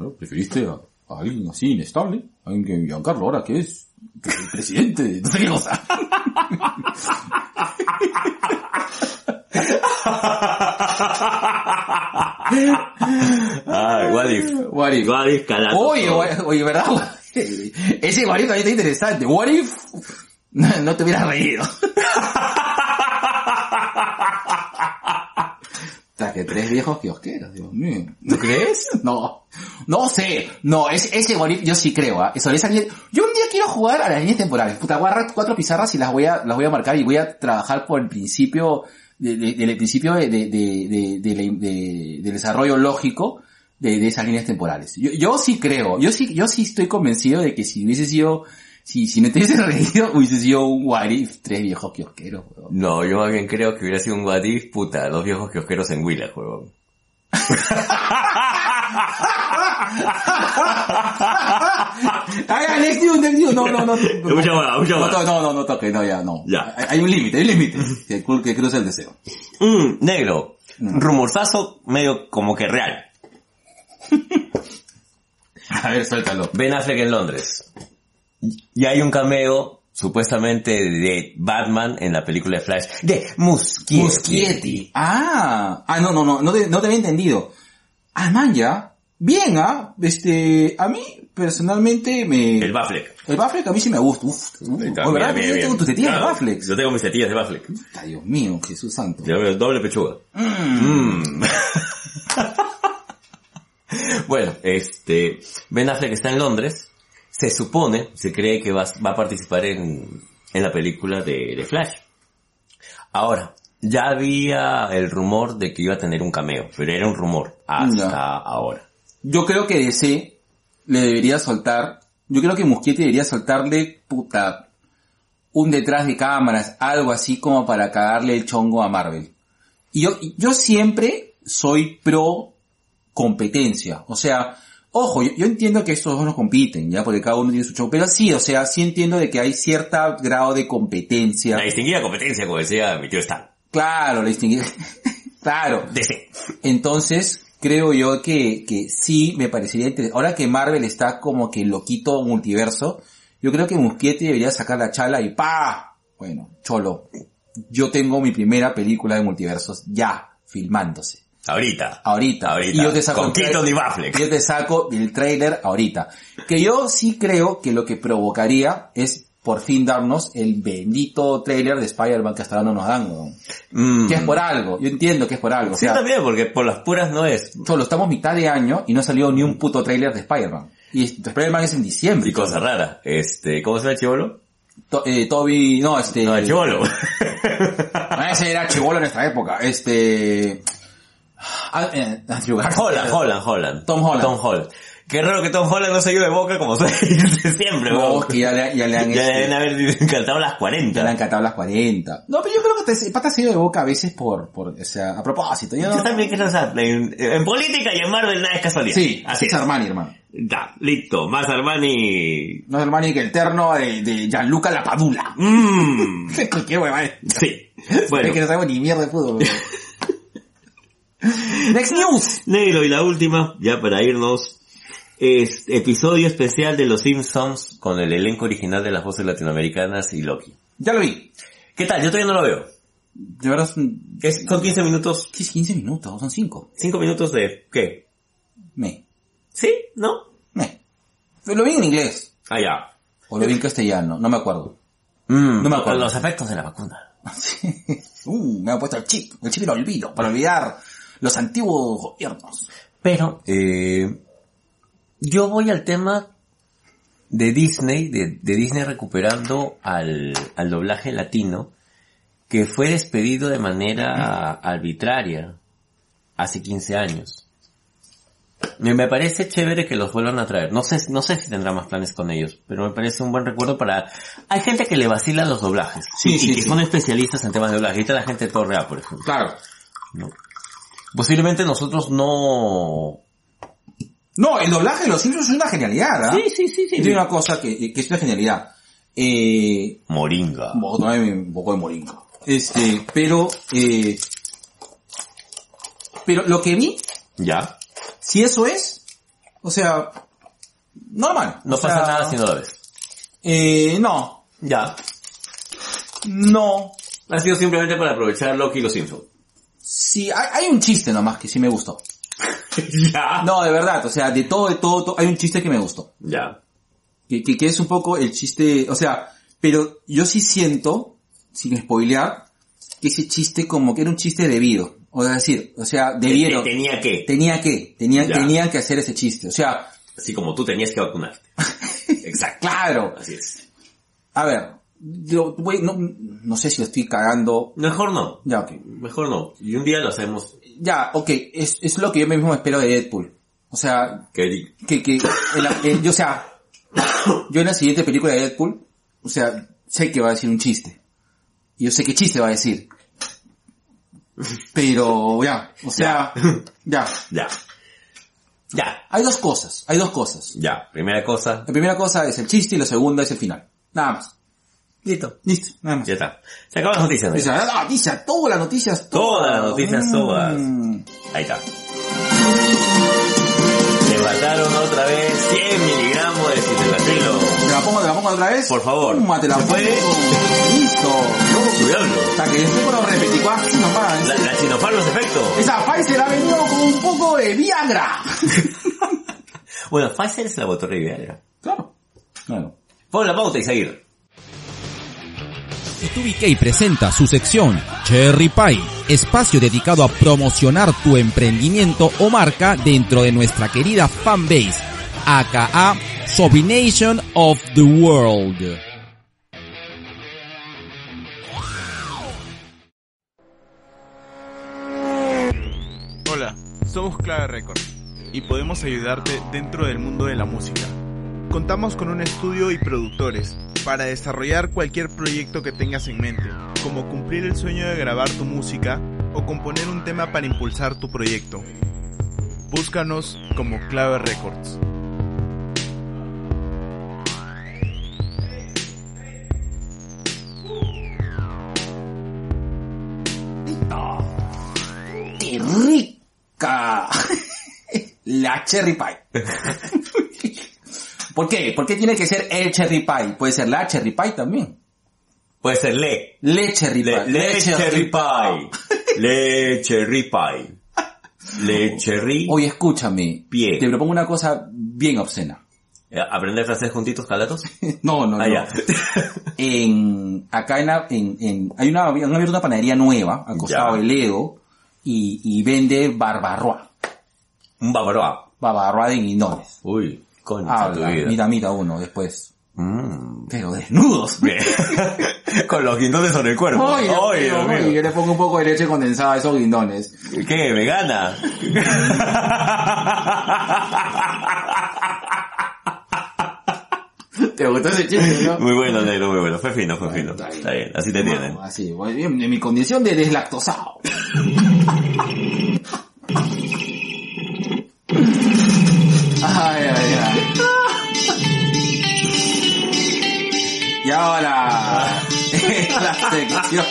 B: ah, ¿Preferiste a, a alguien así inestable? Alguien que Giancarlo ahora que es que es el presidente de no sé qué cosa.
C: Ah, what if.
B: What if?
F: Igual es calato.
B: Oye,
F: todo.
B: gua- oye, ¿verdad? <laughs> Ese what if también está interesante. What if <laughs> no, no te hubieras reído. <laughs> O sea, que tres viejos kiosqueros, Dios mío. ¿No crees? <laughs> No. No sé. No, es, ese what if yo sí creo, ¿ah? Eso, esa línea- Yo un día quiero jugar a las líneas temporales. Puta, voy a agarrar cuatro pizarras y las voy a, las voy a marcar y voy a trabajar por el principio, de, de- del principio de, de, de, de- de la- de- del desarrollo lógico de, de esas líneas temporales. Yo, yo sí creo, yo sí, yo sí estoy convencido de que si hubiese sido, si, si no te <laughs> hubiese reído, hubiese sido un what if tres viejos kiosqueros, weón.
C: No, yo más bien creo que hubiera sido un what if, puta, los viejos kiosqueros en Willa, weón.
B: Ay, ay, Alex, tío, tío, no,
F: <laughs>
B: no, no. no.
F: Mucha huevada, mucha
B: No,
F: huevada.
B: to- no, no, no toque, no, ya, no.
F: Ya.
B: Hay- Hay un límite, hay un límite. Que, cru- que cruza el deseo. <laughs>
C: Mmm, negro.
B: Mm.
C: Rumorzazo medio como que real.
B: A ver, suéltalo.
C: Ben Affleck en Londres. Y hay un cameo supuestamente de Batman en la película de Flash de Muschietti.
B: Muschietti. Ah, ah, no, no, no, no te, no te había entendido. Ah, man, ya. Bien, ah, este, a mí, personalmente, me...
F: El Bafleck.
B: El Baflex a mí sí me gusta. Uf, uf.
F: Ahí está,
B: Oh, ¿verdad?
F: mira, mira,
B: Yo
F: mira.
B: tengo tus tetillas de
F: Claro,
B: Baflex.
F: Yo tengo mis tetillas de Bafleck.
B: Puta, Dios mío, Jesús santo.
F: Yo veo doble pechuga.
C: Mm. <laughs> bueno, este, Ben Affleck está en Londres. Se supone, se cree que va, va a participar en, en la película de, de Flash. Ahora, ya había el rumor de que iba a tener un cameo, pero era un rumor hasta
B: Ya.
C: ahora.
B: Yo creo que DC le debería soltar, yo creo que Muschietti debería soltarle, puta, un detrás de cámaras, algo así como para cagarle el chongo a Marvel. Y yo, yo siempre soy pro competencia. O sea, ojo, yo, yo entiendo que estos dos no compiten, ya, porque cada uno tiene su show, pero sí, o sea, sí entiendo de que hay cierto grado de competencia.
C: La distinguida competencia, como decía mi tío Stan.
B: Claro, la distinguida. <laughs> claro.
C: DC.
B: Entonces, creo yo que, que sí me parecería interesante. Ahora que Marvel está como que loquito multiverso, yo creo que Muschietti debería sacar la chala y ¡pa! Bueno, cholo. Yo tengo mi primera película de multiversos ya filmándose.
C: Ahorita.
B: Ahorita.
C: Ahorita.
B: Y yo te saco
C: Con
B: el tra-
C: Keaton y Affleck.
B: Yo te saco el trailer ahorita. Que yo sí creo que lo que provocaría es por fin darnos el bendito trailer de Spider-Man que hasta ahora no nos dan, weón.
C: Mm.
B: Que es por algo. Yo entiendo que es por algo. o
C: Sí,
B: sea,
C: también, porque por las puras no es.
B: Solo estamos mitad de año y no ha salido ni un puto tráiler de Spider-Man. Y Spider-Man es en diciembre.
C: Mm. Y cosa rara. Este, ¿cómo se llama el chivolo?
B: To- eh, Toby, no, este...
C: No, el chivolo.
B: Ah, <laughs> ese era chivolo en nuestra época. Este... ah, eh, Andrew Garfield.
C: Holland, Holland, Holland.
B: Tom Holland.
C: Tom Holland. Qué raro que Tom Holland no se lleve de boca como <laughs> se dice siempre,
B: No,
C: weón.
B: es que ya le, ya le han...
C: <laughs> Ya
B: este,
C: deben haber encantado las
B: ya le han
C: 40.
B: catado las 40. No, pero yo creo que te, pata se dio de boca a veces por, por, o sea, a propósito. Yo
C: Yo
B: no,
C: también quiero saber, en, en política y en Marvel nada es casualidad.
B: sí,
C: así
B: es
C: es.
B: Armani, hermano.
C: Da, listo. Más Armani.
B: No es Armani que el terno de, de Gianluca Lapadula. <laughs>
C: Mmm.
B: Cualquier hueva es. <laughs>
C: Sí.
B: Es que
C: Bueno,
B: no sabemos ni mierda de fútbol.
C: <laughs>
B: Next news.
C: negro y la última, ya para irnos. Es episodio especial de Los Simpsons con el elenco original de las voces latinoamericanas y Loki.
B: Ya lo vi.
C: ¿Qué tal? Yo todavía no lo veo.
B: De verdad son
C: Es- son 15 minutos,
B: ¿qué es 15 minutos, son 5.
C: 5 minutos de, ¿qué?
B: Me,
C: ¿Sí? ¿No?
B: me. Lo vi en inglés.
C: Ah, ya.
B: O lo vi en castellano, no me acuerdo.
C: no me acuerdo.
B: los
C: Mm. efectos de la vacuna.
B: Uh, me ha puesto el chip. El chip lo olvido, para olvidar los antiguos gobiernos.
C: Pero, eh, yo voy al tema de Disney, de, de Disney recuperando al, al doblaje latino, que fue despedido de manera arbitraria. hace 15 años. Me me parece chévere que los vuelvan a traer. No sé, no sé si tendrá más planes con ellos, pero me parece un buen recuerdo para... Hay gente que le vacila los doblajes.
B: Sí,
C: y
B: sí,
C: que
B: sí.
C: son especialistas en temas de doblaje. Ahorita la gente de Torrea, por ejemplo.
B: Claro.
C: No. Posiblemente nosotros no...
B: No, el doblaje de los Simpsons es una genialidad, ¿verdad?
C: sí, sí,
B: Tiene una cosa que, que es una genialidad. Eh,
C: Moringa.
B: voy a tomarme un poco de moringo. Este, pero, eh, pero lo que vi,
C: ¿Ya?
B: si eso es, o sea, normal.
C: No
B: O sea,
C: pasa nada si no la ves.
B: Eh, no,
C: Ya.
B: no.
C: Ha sido simplemente para aprovechar Loki y los Simpsons.
B: Sí, hay, hay un chiste nomás que sí me gustó.
C: ya.
B: No, de verdad, o sea, de todo, de todo, todo, hay un chiste que me gustó.
C: Ya.
B: Que, que, que es un poco el chiste, o sea, pero yo sí siento, sin spoilear, que ese chiste como que era un chiste debido. O sea, decir, o sea, debieron,
C: Te- te- Tenía que.
B: tenía que, tenía,
C: Ya.
B: tenían que hacer ese chiste. O sea,
C: Así como tú tenías que vacunarte. <laughs> Exacto.
B: claro.
C: Así es.
B: A ver, yo, güey, no, no sé si lo estoy cagando.
C: Mejor no.
B: Ya, ok.
C: Mejor no. Y un día lo hacemos.
B: Ya, ok, es, es lo que yo mismo espero de Deadpool. O sea,
C: Que
B: que, que, en la- en- yo, o sea, yo en la siguiente película de Deadpool, o sea, sé que va a decir un chiste. Y Yo sé qué chiste va a decir. Pero ya, o sea, ya.
C: Ya. Ya.
B: Hay dos cosas, hay dos cosas.
C: Ya. Primera cosa.
B: La primera cosa es el chiste y la segunda es el final. Nada más.
C: Listo.
B: Listo, nada más.
C: Ya está. Se acaban las noticias. ¿no?
B: Dice, ah, la noticia, todas las noticias, todas.
C: Todas las noticias, todas.
B: Mm.
C: Ahí está. Le mataron otra vez 100 miligramos de citratrilo.
B: Te la pongo, te la pongo otra vez.
C: Por favor.
B: Pumba, te la
C: ¿Se
B: pongo.
C: puede?
B: Listo.
C: Diablo.
B: Hasta que después lo repeticó así nomás.
C: La, la chinofar los efectos.
B: Esa Pfizer ha venido con un poco
G: <laughs>
B: de Viagra.
C: Bueno, Pfizer es la de Viagra.
B: Claro. Claro.
C: Pon la pauta y seguir.
G: TubiK presenta su sección Cherry Pie, espacio dedicado a promocionar tu emprendimiento o marca dentro de nuestra querida fanbase, aka Sobrination of the World.
H: Hola, somos Clave Records y podemos ayudarte dentro del mundo de la música. Contamos con un estudio y productores para desarrollar cualquier proyecto que tengas en mente, como cumplir el sueño de grabar tu música o componer un tema para impulsar tu proyecto. Búscanos como Clave Records.
B: ¡Qué rica! <laughs> La
G: <laughs>
B: cherry pie. ¿Por qué? ¿Por qué tiene que ser el cherry pie? Puede ser la cherry pie también.
C: Puede ser le.
B: Le cherry pie.
C: Le, le cherry <laughs> pie. Le cherry pie. Le cherry.
B: Oye, escúchame.
C: Pie.
B: Te propongo una cosa bien obscena.
C: Eh, ¿Aprender francés juntitos, calatos?
B: No, no,
C: Ah,
B: no.
C: ya.
B: en, acá en, la- en, en- hay una, han abierto una panadería nueva al costado
C: Ya.
B: del Edo y, y vende barbarroa,
C: Un bavaroa.
B: barbarroa de guindones.
C: Uy, concha tu
B: Habla,
C: vida.
B: mira, mira uno después.
C: Mm.
B: Pero
C: <laughs>
B: desnudos.
C: Bien. Con los guindones sobre el cuerpo.
B: Ay, Dios
C: Ay,
B: mío,
C: Dios
B: ay,
C: mío.
B: Yo le pongo un poco de leche condensada a esos guindones.
C: ¿Qué? <laughs> ¿Vegana?
B: ¿Te gustó ese chiste, no?
C: Muy bueno, negro, muy bueno. Fue fino, fue fino.
B: Está bien.
C: Está bien, así te tienen.
B: Bueno, así, voy bien, en mi condición de deslactosado. ay, ay, ay. Y ahora, la sección.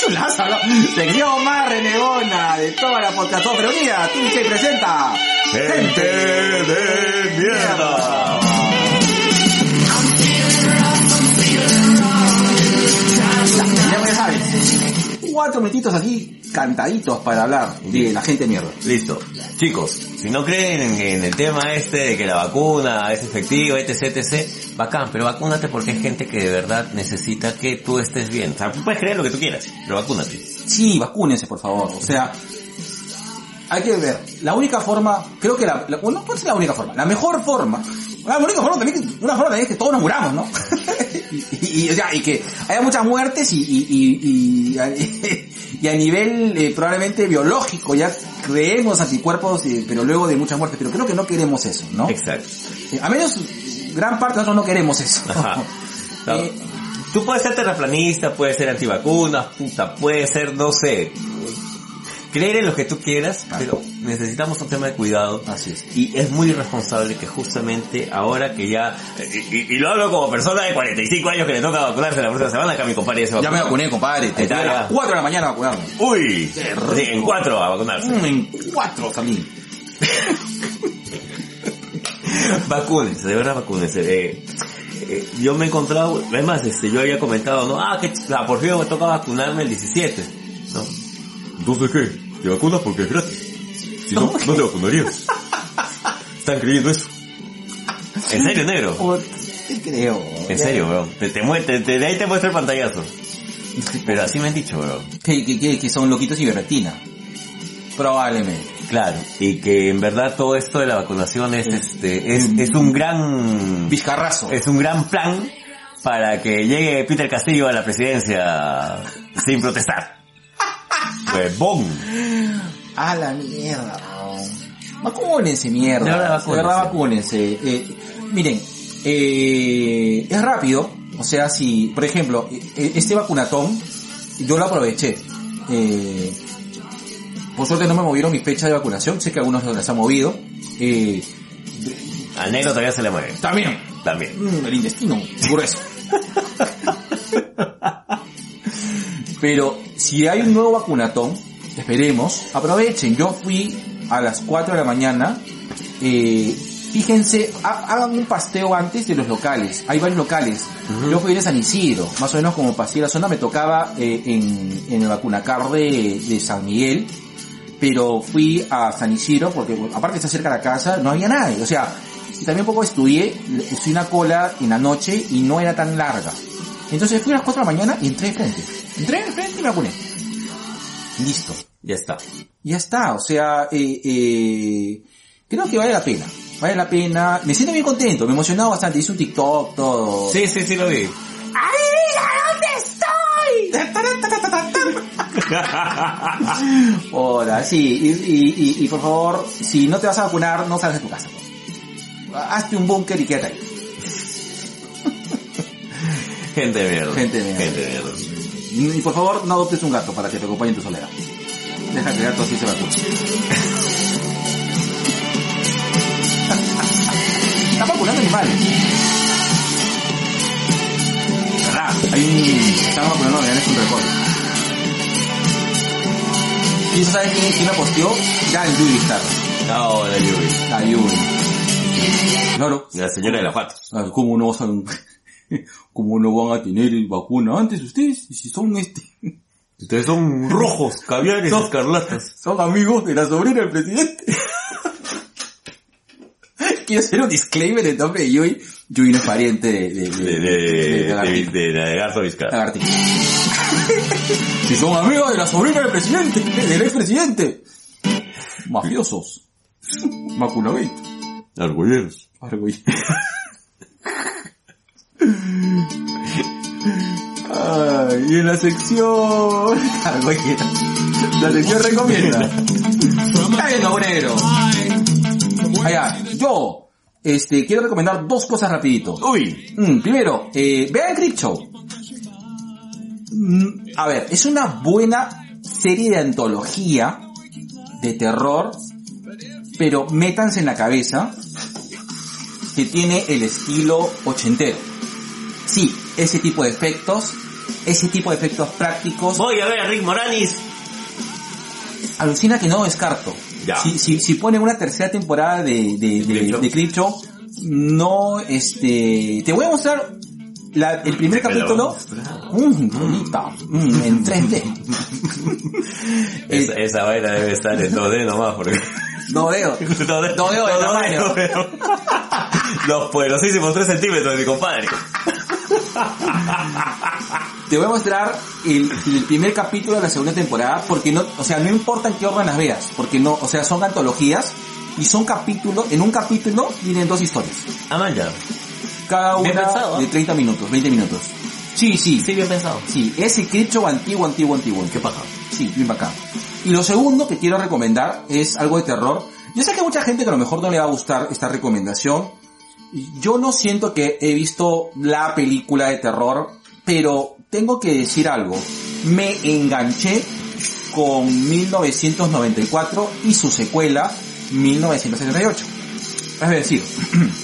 B: Chulaza, ¿no? Sección más renegona de toda la podcastofra unida. Tú que presenta.
C: ¡Gente de mierda!
B: Ya me sabes. Cuatro minutitos así cantaditos para hablar de la gente mierda.
C: Listo. Chicos, si no creen en, en el tema este de que la vacuna es efectiva, etc, etc, bacán, pero vacúnate porque hay gente que de verdad necesita que tú estés bien. O sea, puedes creer lo que tú quieras, pero vacúnate.
B: Sí, vacúnense, por favor. O sea, hay que ver. La única forma, creo que la, la- bueno, ¿cuál es la única forma? La mejor forma. Ah, La única forma también, que- una forma también es que todos nos muramos, ¿no? <laughs> y, y- y, o sea, y que haya muchas muertes y, y, y, y- <laughs> y a nivel eh, probablemente biológico, ya creemos anticuerpos, eh, pero luego de muchas muertes, pero creo que no queremos eso, ¿no?
C: Exacto.
B: Eh, a menos gran parte de nosotros no queremos eso.
C: Ajá. Claro.
B: Eh,
C: Tú puedes ser terraplanista, puedes ser antivacunas, puta, puedes ser, no sé, creer en lo que tú quieras,
B: Ah.
C: pero necesitamos un tema de cuidado.
B: <laughs> Así es.
C: Y es muy irresponsable que justamente ahora que ya, y, y- y lo hablo como persona de 45 años que le toca vacunarse la próxima semana, acá mi compadre ya se
B: Ya me
C: vacunó.
B: vacuné, compadre. Te
C: Ya,
B: a
C: ya.
B: las 4 de la mañana a vacunarme.
C: Uy, sí, en cuatro a vacunarse.
B: Mm, en 4 también. Mm.
C: Vacúnense, de verdad vacúnense. Eh, eh, yo me he encontrado, es más, este, yo había comentado, no, ah, que ch- ah, por fin me toca vacunarme el 17. ¿no?
I: Entonces, ¿qué? ¿Te vacunas porque es gratis? Si no, no te
C: <laughs>
I: vacunarías. Están creyendo eso.
C: En serio, negro.
B: Te creo.
C: En serio, bro. Te, te, mue- te- te- de ahí te muestro el pantallazo. Pero así me han dicho, bro.
B: Que, que, que, que son loquitos y berretina. Probablemente.
C: Claro. Y que en verdad todo esto de la vacunación es, este, es, es un gran,
B: Vizcarrazo.
C: Mm. es un gran plan para que llegue Peter Castillo a la presidencia
B: <laughs>
C: sin protestar. Huevón.
B: A la mierda. weón. Vacúnense, mierda.
C: De verdad, vacúnense.
B: De verdad, vacúnense. Eh, miren, eh, es rápido. O sea, si, por ejemplo, eh, este vacunatón, yo lo aproveché. Eh, por suerte no me movieron mis fechas de vacunación. Sé que a algunos no les ha movido. Eh,
C: Al negro todavía se le mueve.
B: también,
C: También.
B: mm, el intestino grueso. Pero si hay un nuevo vacunatón, esperemos, aprovechen. Yo fui a las 4 de la mañana. eh, fíjense, ha- hagan un pasteo antes de los locales. Hay varios locales. Yo fui de San Isidro, más o menos como pasé la zona. Me tocaba eh, en, en el vacunacar de, de San Miguel. Pero fui a San Isidro porque bueno, aparte está cerca de la casa, no había nadie. O sea, y también un poco estudié, hice una cola en la noche y no era tan larga. Entonces fui a las 4 de la mañana y entré de frente. Entré de frente y me vacuné. Listo.
C: Ya está.
B: Ya está, o sea, eh, eh, creo que vale la pena. Vale la pena. Me siento bien contento, me he emocionado bastante. Hice un TikTok, todo.
C: Sí, sí, sí lo vi.
B: <laughs> Hola, sí. Y, y- y- y por favor, si no te vas a vacunar, no salgas de tu casa. Hazte un búnker y quédate ahí.
C: Gente de mierda.
B: Gente de mierda.
C: Gente de mierda.
B: Y por favor, no adoptes un gato para que te acompañe en tu soledad. Deja que el gato así se vacune. <laughs> Está vacunando animales. ¿Verdad? Hay un... Están vacunando animales con récord. ¿Y eso sabes quién, quién la posteó? Ya el Yuri está.
C: Chao, la lluvia.
B: La Yuri. Claro.
C: La señora de la patas.
B: Ah, ¿Cómo no vas a- <laughs> cómo no van a tener vacuna antes ustedes? Y si son este...
C: <laughs> Ustedes son rojos, caviares, escarlatas.
B: Son amigos de la sobrina del presidente. <laughs> Quiero hacer un disclaimer en nombre de Yui. Yui no es pariente de... de,
C: De, de,
B: de Ah.
C: de, de,
B: Lagartija.
C: de Lagarto Vizcarra.
B: Lagartija. si son amigos de la sobrina del presidente, del expresidente. Mafiosos. Maculagate.
I: Argolleros.
B: Argüey. Ay, y en la sección... Argüeyera. La sección recomienda. Calle obrero. Allá, yo este, quiero recomendar dos cosas rapidito.
C: Uy.
B: Mm, primero, eh, vean Creep Show. Mm, a ver, es una buena serie de antología de terror, pero métanse en la cabeza que tiene el estilo ochentero. Sí, ese tipo de efectos, ese tipo de efectos prácticos,
C: Voy a ver a Rick Moranis.
B: Alucina que no descarto.
C: Ya.
B: Si, si, si ponen una tercera temporada de, de, de,
C: Crypto.
B: de Crypto, no, este, te voy a mostrar la- el primer
C: Te la
B: capítulo Mm, bonita. Mm, en 3D.
C: Esa,
B: Eh,
C: esa vaina debe estar en 2D nomás
D: <laughs>
C: porque...
B: no veo.
C: 2D,
B: No veo de tamaño.
C: pero- Los poderosísimos 3 centímetros de mi compadre.
B: Te voy a mostrar el, el primer capítulo de la segunda temporada porque no, o sea, no importa en qué orden las veas, porque no, o sea, son antologías y son capítulos, en un capítulo vienen dos historias.
D: Ah,
C: Amaya.
B: Cada
C: Bien
B: una
C: pensado, ¿eh?
B: de 30 minutos, 20 minutos. Sí, sí.
C: Sí, bien pensado.
B: Sí, ese cripto antiguo, antiguo, antiguo.
C: ¿Qué pasa?
B: sí, bien bacán. Y lo segundo que quiero recomendar es algo de terror. Yo sé que hay mucha gente que a lo mejor no le va a gustar esta recomendación. Yo no siento que he visto la película de terror, pero tengo que decir algo. Me enganché con 1994 y su secuela 1978. Es decir,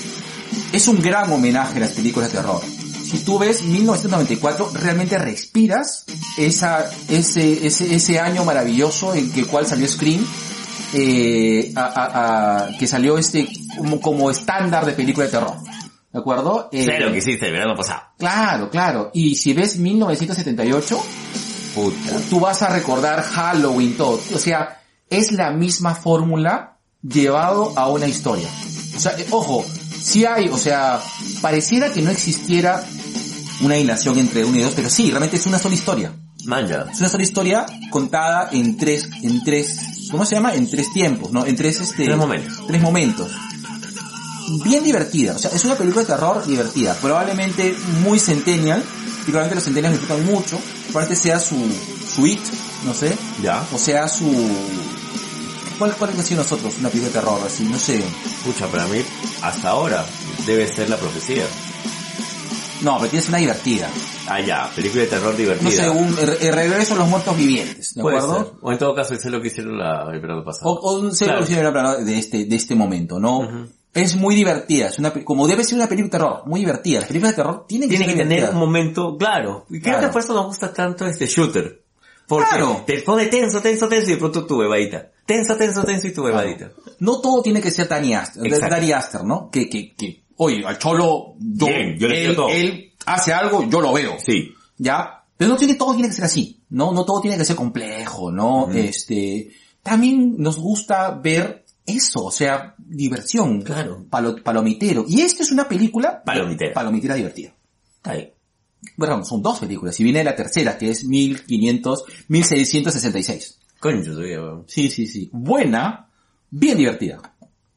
B: <clears throat> es un gran homenaje a las películas de terror. Si tú ves 1994, realmente respiras esa, ese, ese, ese año maravilloso en que cual salió Scream, eh, a- a- a- que salió este como, como estándar de película de terror. ¿De acuerdo? Eh,
D: Sé lo que hiciste el verano pasado.
B: Claro, claro. Y si ves 1978,
D: Puta.
B: tú vas a recordar Halloween, todo. O sea, es la misma fórmula llevado a una historia. O sea, eh, ojo, si hay, o sea, pareciera que no existiera una dilación entre uno y dos, pero sí, realmente es una sola historia.
D: Manja.
B: Es una sola historia contada en tres, en tres, ¿cómo se llama? En tres tiempos, ¿no? En tres, este...
D: Tres momentos.
B: Tres momentos. Bien divertida, o sea, es una película de terror divertida, probablemente muy centennial, y probablemente los centennials disfrutan mucho, probablemente sea su, su hit, no sé,
D: Ya.
B: o sea su... ¿Cuál, cuál ha sido nosotros una película de terror así? No sé.
D: Escucha, para mí, hasta ahora, debe ser la profecía.
B: No, pero tienes una divertida.
D: Ah, ya. Película de terror
B: No
D: divertida.
B: sé, un, el, el regreso a los muertos vivientes, ¿de
D: Puede
B: acuerdo?
D: ser. O en todo caso, sé lo que hicieron la, el verano pasado.
B: O, o un
D: Claro.
B: claro. de este, de este momento, ¿no? Es muy divertida, es una, pe- como debe ser una película de terror, muy divertida. Las películas de terror tienen que
D: Tiene que
B: ser
D: tener un
B: divertidas.
D: momento claro. Y creo
B: Claro.
D: que por eso nos gusta tanto este shooter. Porque
B: Claro.
D: te pone tenso, tenso, tenso y de pronto tu bebadita. Tenso, tenso, tenso y tu bebadita.
B: No todo tiene que ser Danny Aster,
D: Exacto.
B: Danny Aster, ¿no? Que, que, que, oye, al cholo, yo,
C: Bien, yo le
B: él,
C: creo todo.
B: él hace algo, yo lo veo.
C: Sí.
B: ¿ya? Pero no tiene, todo tiene que ser así, ¿no? No todo tiene que ser complejo, ¿no? Este, también nos gusta ver eso, o sea, diversión.
D: Claro.
B: Palo- palomitero. Y esta es una película...
D: Palomitera.
B: Palomitera divertida.
D: Está bien.
B: Bueno, son dos películas. Y viene la tercera, que es 1500, 1666.
D: Coño, tu vida, weón.
B: Sí, sí, sí. Buena, bien divertida.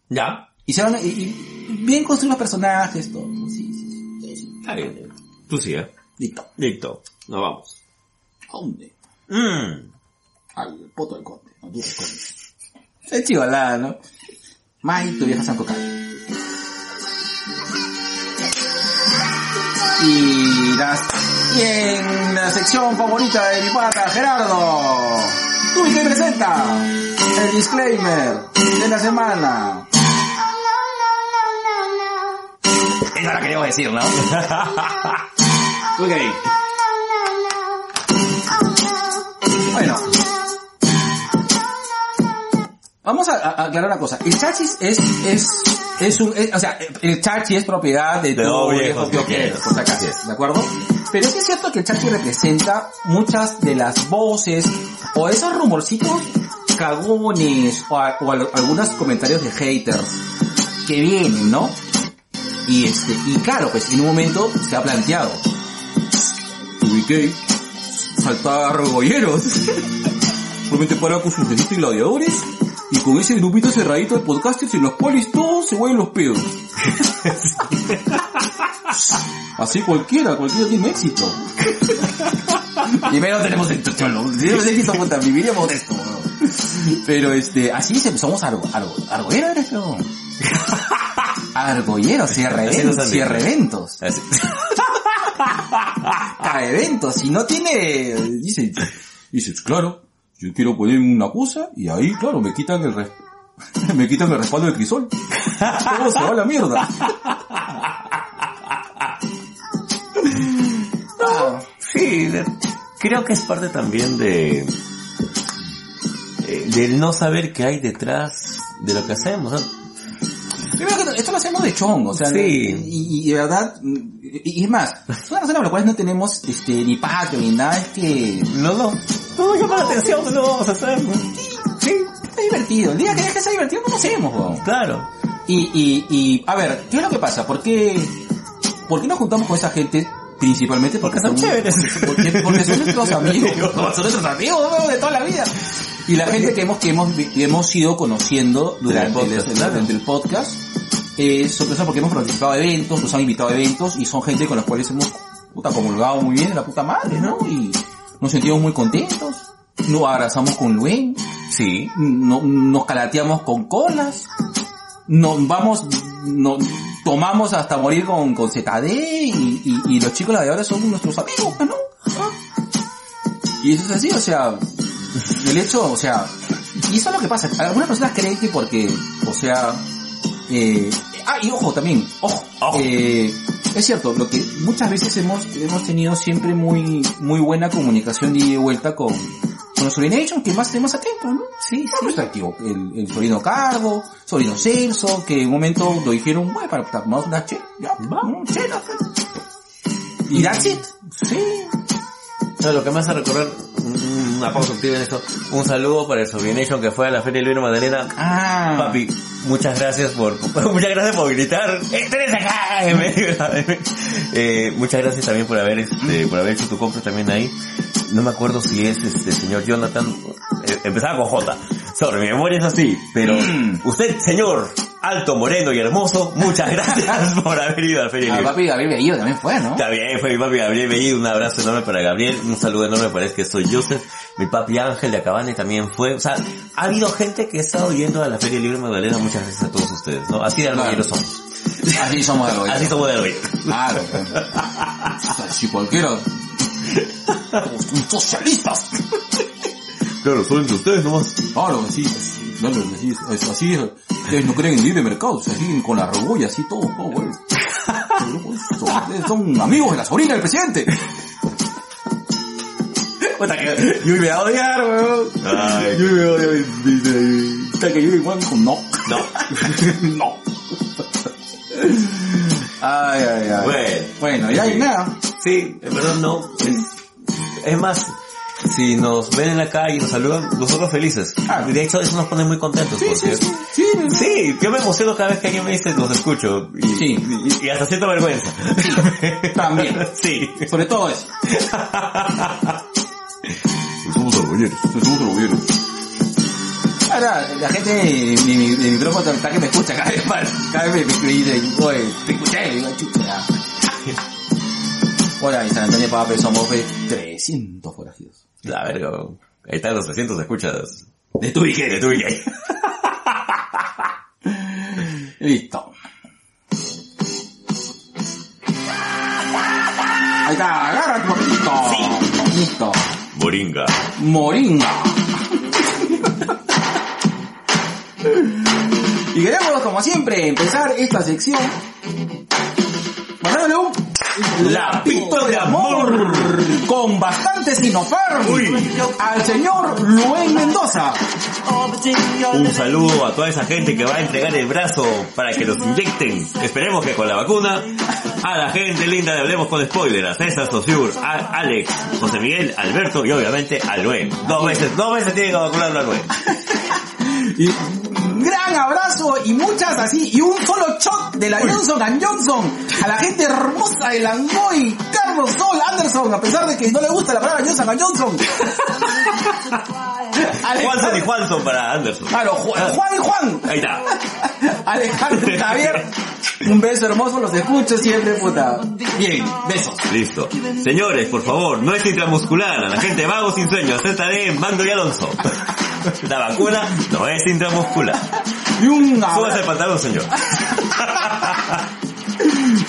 D: Ya.
B: Hicieron, y, y bien construidos los personajes, todo. Sí, sí, sí, sí.
D: Está bien. Tú sí, ¿eh?
B: Listo.
D: Listo. Nos vamos.
B: ¿A dónde?
D: Mm.
B: Al poto del conde. No tú del conde. Es chivalada, ¿no? May, tu vieja Sanco Calle. Y, las, y en la sección favorita de mi pata, Gerardo. Tú y que presenta el disclaimer de la semana. Es lo que queríamos decir, ¿no? ok. Bueno. Vamos a, a- a aclarar una cosa. El chasis es, es, es un, es- o sea, el chasis es propiedad de,
D: De
B: todo
D: los
B: viejo
D: viejos
B: pioquero,
D: pioqueros.
B: por si acaso, ¿de acuerdo? Pero sí es cierto que el chasis representa muchas de las voces o esos rumorcitos cagones o, a- o al- algunos comentarios de haters que vienen, ¿no? Y este, y claro, pues en un momento se ha planteado. Ubiqué, saltaba rebolleros. <laughs> Promete para con sus deditos y gladiadores y con ese grupito cerradito de podcasters en los cuales todos se huelen los pedos. Así cualquiera, cualquiera tiene éxito. Primero tenemos el cholo, tenemos éxito, puta, viviríamos de esto. weón. Pero este, así se- somos algo, algo, argollero eres, <laughs> pero... Argollero, cierra
D: Haciendo
B: eventos,
D: sándwich.
B: cierra eventos. <laughs>
D: Así.
B: a eventos. Si no tiene, dice, dices, claro, yo quiero ponerme una cosa y ahí, claro, me quitan el res- <laughs> me quitan el respaldo de crisol. Todo se va a la mierda. Ah,
D: Sí, de- creo que es parte también de eh, del no saber qué hay detrás de lo que hacemos. ¿no?
B: primero que todo, esto lo hacemos de chongo, o sea,
D: Sí.
B: y, y de verdad, y, y es más, es una razón por la cual no tenemos este, ni patio ni nada, es que
D: No, no, no llama la atención, no lo vamos a hacer.
B: sí, está divertido. El día que deje de ser divertido no lo hacemos, weón.
D: Claro.
B: Y, y, y, a ver, ¿qué es lo que pasa? ¿Por qué, por qué nos juntamos con esa gente? Principalmente porque,
D: Porque son chéveres.
B: Porque, porque son nuestros
D: <laughs>
B: amigos. son nuestros amigos weón, de toda la vida. Y la gente que hemos, que hemos, vi- que hemos ido conociendo durante el
D: podcast,
B: el-
D: claro.
B: durante el podcast, eh, son personas porque hemos participado de eventos, nos han invitado a eventos y son gente con las cuales hemos puta, comulgado muy bien de la puta madre, ¿no? Y nos sentimos muy contentos. Nos abrazamos con Luis.
D: Sí.
B: no- nos calateamos con colas, nos vamos, no, tomamos hasta morir con, con ZD y, y- y los chicos de ahora son nuestros amigos, pues, ¿no? Y eso es así, o sea, el hecho, o sea, y eso es lo que pasa. Algunas personas creen que porque, o sea, eh, ah, y ojo también, ojo,
D: Ojo.
B: eh, es cierto, lo que muchas veces hemos, hemos tenido siempre muy, muy buena comunicación de ida y vuelta con, con los Solination, que más más atentos, ¿no? Sí, sí. Está activo. El, el sobrino Cargo, sobrino Celso, que en un momento lo dijeron, bueno, para tomar una chela, ya, mm, vamos, chela. pues". Y that's it. Sí.
D: No, lo que me hace recordar, mm, una pausa activa en esto, un saludo para el Sobrination que fue a la Feria del Vino Magdalena.
B: Ah.
D: Papi, muchas gracias por, <laughs> muchas gracias por gritar, "¡Eh, tú eres acá! en medio de la- eh, muchas gracias también por haber, este, por haber hecho tu compra también ahí. No me acuerdo si es este señor Jonathan, eh, empezaba con J. Sorry, mi memoria es así, pero usted, señor, alto, moreno y hermoso, <laughs> muchas gracias por haber ido a la Feria del
B: Ah,
D: Vino.
B: papi Gabriel Bellido también fue, <laughs> ¿no?
D: Está bien, fue mi papi Gabriel Bellido, un abrazo enorme para Gabriel, un saludo enorme para el que soy Joseph, mi papi Ángel de Acabane también fue, o sea, ha habido gente que ha estado yendo a la Feria Libre Magdalena, muchas gracias a todos ustedes, ¿no? Así de arroyeros somos,
B: Así somos de
D: así
B: Goya.
D: somos de hoy.
B: Claro. Si cualquiera. Socialistas.
C: Claro, son de ustedes nomás.
B: Claro, así, así, claro, así, es- así, es. ustedes no creen en libre mercado, se siguen con la rebulla, así todo, todo, güey. Son- Ustedes son amigos de la sobrina del presidente.
D: Puta que, yo me odiar, weón. Ay,
B: Yo me odio, dice, que yo igual con no.
D: no.
B: <laughs> No. Ay, ay, ay.
D: Bueno.
B: Bueno, ya hay nada.
D: Sí, en verdad no, es, es más, si nos ven en la calle y nos saludan, nosotros felices.
B: Ah.
D: De hecho, eso nos pone muy contentos,
B: Sí, sí,
D: porque-
B: sí. Sí, sí.
D: Sí, yo me emociono cada vez que alguien me dice los escucho. Y,
B: Sí.
D: y- y hasta siento vergüenza.
B: También.
D: Sí.
B: Sobre todo eso.
C: Somos orgullosos.
B: Somos rebuilleros. Ahora, la gente de mi, mi- de mi grupo está que me escucha cada vez más. Cada vez me, me dice, oye, te escuché, y digo, chucha. ya. Hola, en San Antonio Pape somos pues, 300 forajidos.
D: La verga, weón. Ahí están los 300 escuchas. De tu IG. De tu IG.
B: Listo. Ahí está, agarra tu papelito. Listo.
C: Moringa.
B: Moringa. y queremos, como siempre, empezar esta sección mandándole un
D: Lapito de amor.
B: con bastante sinofarm al señor Luis Mendoza.
D: Un saludo a toda esa gente que va a entregar el brazo para que los inyecten. Esperemos que con la vacuna. A la gente linda le hablemos con spoiler. A César Sosur, a Alex, José Miguel, Alberto y obviamente a Luen. Dos veces, dos veces tiene que vacunarlo a Luen.
B: Y un gran abrazo y muchas así, y un solo shot de la Johnson and Johnson a la gente hermosa de Langoy, Carlos Sol, Anderson, a pesar de que no le gusta la palabra Johnson and <laughs> Johnson.
D: Juanson y Juanson para Anderson.
B: Claro, Juan, Juan y Juan. <laughs>
D: Ahí está.
B: Alejandro y Javier. Un beso hermoso, los escucho siempre, puta. Bien, besos.
D: Listo. Señores, por favor, no es intramuscular. A la gente vago sin sueño, ZD, Mando y Alonso. La vacuna no es intramuscular.
B: Y un
D: Súbase el
B: abrazo,
D: pantalón, señor.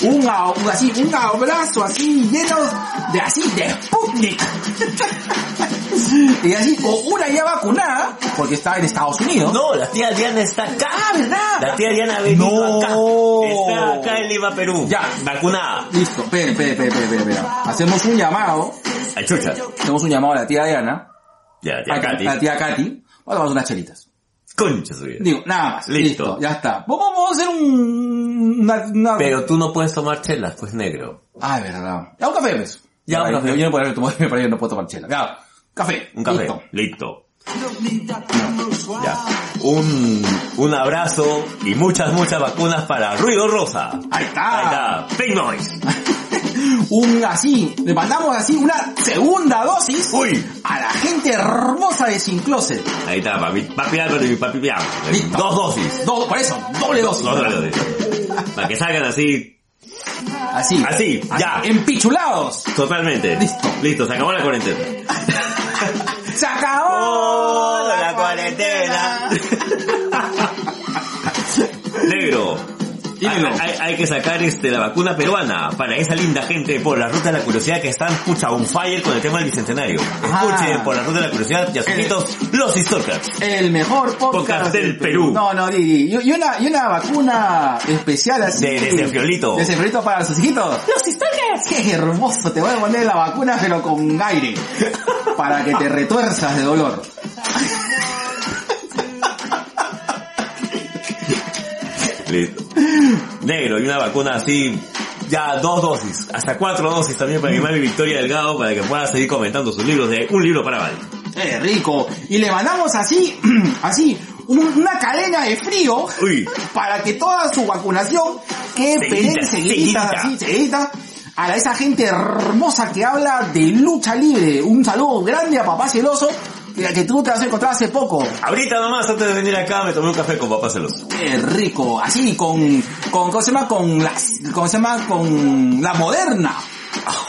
B: un, a- un así, un abrazo así, lleno de así, de Sputnik. y así, o una ya vacunada, porque está en Estados Unidos.
D: No, la tía Diana está
B: Ah,
D: acá. La
B: ¿verdad?
D: tía Diana ha venido
B: No.
D: acá. Está acá en Lima, Perú.
B: Ya.
D: Vacunada.
B: Listo, espera, espera, espera, espera, espera. Hacemos un llamado,
D: Ay, chucha.
B: hacemos un llamado a la tía Diana,
D: Ya, la
B: a
D: tía
B: la-
D: Katy.
B: a la tía Katy, o tomamos unas chelitas.
D: Concha su vida.
B: Digo, nada más. Listo.
D: Listo.
B: ya está. Vamos, vamos a hacer un... Una, una-
D: Pero tú no puedes tomar chelas, pues negro.
B: Ah, es verdad. Ya un café, pues.
D: Ya,
B: Para
D: un
B: ahí,
D: café.
B: Yo no puedo, tomar- para ahí no puedo tomar chela. Ya, café.
D: Un café.
B: Listo.
D: Listo. Ya. Un, un abrazo y muchas, muchas vacunas para Ruido Rosa.
B: Ahí está.
D: Ahí está. Pink Noise.
B: Un así. Le mandamos así una segunda dosis
D: Uy.
B: a la gente hermosa de Sin Closet.
D: Ahí está, papi, papi Álvaro y mi papi Piam.
B: Listo.
D: Dos dosis.
B: Do- por eso, doble dosis.
D: Dos dosis. Para que salgan así,
B: Así.
D: Así, ya.
B: Empichulados.
D: totalmente.
B: Listo.
D: Listo, se acabó la cuarentena.
B: ¡Se acabó!
D: ¡Oh, la cuarentena!
C: <laughs> Negro.
B: Dímelo.
C: Hay, hay- hay que sacar este, la vacuna peruana para esa linda gente por la ruta de la curiosidad que están pucha on fire con el tema del bicentenario.
B: Ah.
C: Escuchen por la ruta de la curiosidad y a sus hijitos, los históricos.
B: El mejor podcast,
C: Podcast del Perú.
B: No, no, Didi. Y, y una, y una vacuna especial así.
C: De- de Serpiolito.
B: De Serpiolito para sus hijitos. ¡Los historias! ¡Qué hermoso! Te voy a poner la vacuna pero con aire. Para que te retuerzas de dolor.
C: Listo. Negro, y una vacuna así, ya dos dosis, hasta cuatro dosis también para mi mami Victoria Delgado para que pueda seguir comentando sus libros de Un libro para Val.
B: ¡Qué Eh, rico! Y le mandamos así, <clears throat> así, un- una cadena de frío.
C: Uy.
B: Para que toda su vacunación quede
C: Seguidita,
B: perenne, seguidita,
C: seguidita.
B: así, seguidita. A la- esa gente hermosa que habla de lucha libre. Un saludo grande a papá celoso. Que, que tú te has encontrado hace poco.
C: Ahorita nomás, antes de venir acá, me tomé un café con papá celoso.
B: Qué rico, así con, con, ¿cómo se llama? Con las, ¿cómo se llama? Con la moderna. <laughs>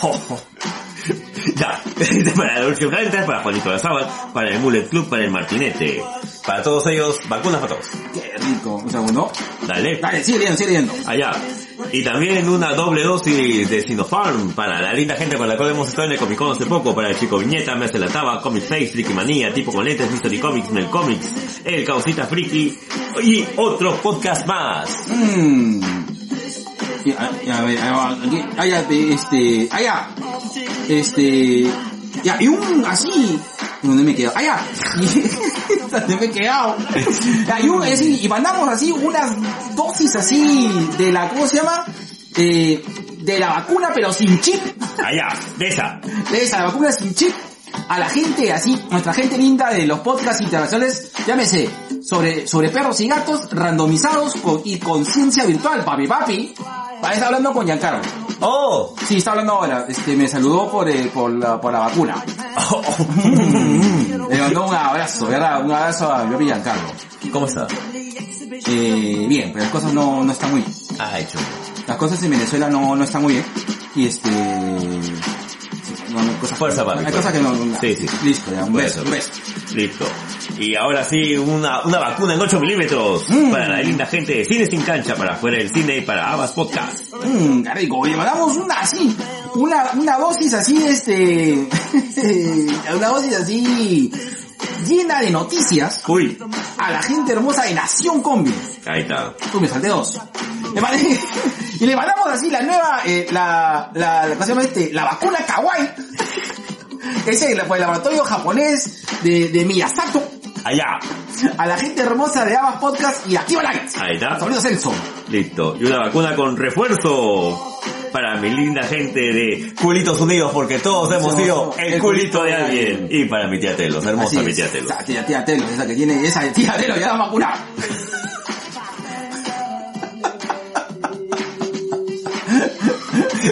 B: Oh,
C: <laughs> Ya, este para el Urgio Plantas, para Juanito Lazábal, para el Mullet Club, para el Martinete. Para todos ellos, vacunas para todos.
B: Qué rico. Un segundo.
C: Dale.
B: Dale, sigue leyendo, sigue leyendo.
C: Allá. Y también una doble dosis de Sinopharm para la linda gente con la cual hemos estado en el Comic Con hace poco, para el Chico Viñeta, Me hace la Taba, Comic Face, Friki Manía, Tipo con Lentes, Mystery Comics, Mel Comics, El Causita Friki y otros podcast más.
B: Mm. Y, a, y a ver, ahí va, aquí, allá, este, allá, este, ya, y un, así, ¿dónde me quedo? <laughs> Allá, ¿dónde me he quedado? Ya, y un, así, y mandamos así unas dosis así de la, ¿cómo se llama? Eh, de la vacuna pero sin chip.
C: Allá, de esa.
B: de esa vacuna sin chip a la gente así, nuestra gente linda de los podcasts internacionales, llámese, sobre, sobre perros y gatos randomizados con, y conciencia virtual, papi papi. Pa- Está hablando con Giancarlo.
C: ¡Oh!
B: Sí, está hablando ahora. Este, me saludó por, eh, por, la, por la vacuna. Le mandó un abrazo, ¿verdad? Un abrazo a mi papi Giancarlo.
C: ¿Cómo está?
B: Eh, bien, pero las cosas no, no están muy bien.
C: Ay, chulo.
B: Las cosas en Venezuela no, no están muy bien. Y este... sí, no, no, cosas
C: Fuerza,
B: que,
C: papi,
B: Hay cosas que no... no-
C: Sí, pues. sí.
B: Listo, ya, un beso,
C: Fuerza.
B: un beso.
C: Listo. Y ahora sí, una, una vacuna en 8 milímetros
B: Mm.
C: para la linda gente de Cine Sin Cancha, para Fuera del Cine y para Abas Podcast.
B: Mmm, qué rico. Le mandamos una así, una, una dosis así, este, <laughs> una dosis así llena de noticias
C: Uy,
B: a la gente hermosa de Nación Combi.
C: ahí está.
B: Tú me salté dos. Le mandé- <laughs> y le mandamos así la nueva, eh, la, la, la, ¿cómo se llama este? La vacuna kawaii. <laughs> Ese es el, el laboratorio japonés de, de Miyasato.
C: Allá.
B: A la gente hermosa de Abas Podcast y Activa Lights.
C: Ahí está.
B: Saludos Celso.
C: Listo. Y una vacuna con refuerzo para mi linda gente de Culitos Unidos, porque todos hemos sido el culito de alguien. Y para mi tía Telos,
B: Así
C: hermosa mi
B: es.
C: tía Telos.
B: Esa tía, tía Telos, esa que tiene, esa de tía Telos ya la vacuna.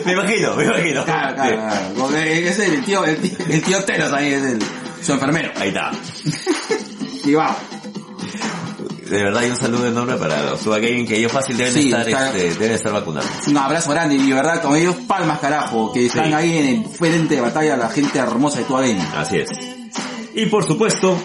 C: Me imagino, me imagino.
B: Claro, claro,
C: Sí.
B: claro. Porque Ese es el tío, el tío, el tío Telos ahí es el, su enfermero.
C: Ahí está.
B: Y va.
C: De verdad, y un saludo enorme para los Suba Gaming, que ellos fácil deben
B: Sí,
C: estar,
B: está-
C: este, deben estar vacunados.
B: Un abrazo grande y de verdad con ellos palmas carajo, que están
C: Sí.
B: ahí en el frente de batalla la gente hermosa de tu ADN.
C: Así es. Y por supuesto,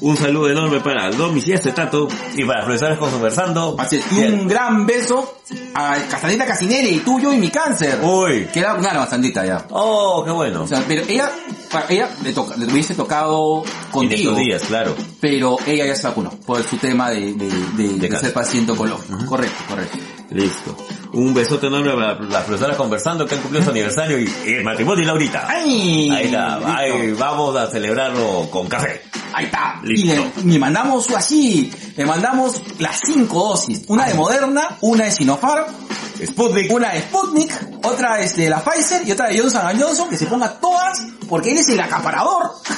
C: un saludo enorme para Domis y Acetato y para profesores conversando.
B: Así es, y un gran beso a Castanita Casinelli, y tuyo y mi cáncer.
C: Uy.
B: Que era una bastantita ya.
C: Oh, qué bueno.
B: O sea, pero ella, para ella le, toca, le hubiese tocado
C: En estos
B: contigo.
C: días, claro.
B: pero ella ya se vacunó por su tema de, de, de- de
C: cáncer.
B: ser paciente oncológico. Correcto, correcto.
C: Listo. Un besote enorme para las profesoras conversando que han cumplido su aniversario y el matrimonio y Laurita.
B: ¡Ay!
C: Ahí está,
B: Listo.
C: ahí vamos a celebrarlo con café.
B: Ahí está.
C: Listo.
B: Y le, le mandamos así, le mandamos las cinco dosis. Una de Moderna, una de Sinopharm,
C: Sputnik.
B: una de Sputnik, otra este, de la Pfizer y otra de Johnson Johnson, que se ponga todas, porque él es el acaparador. <laughs>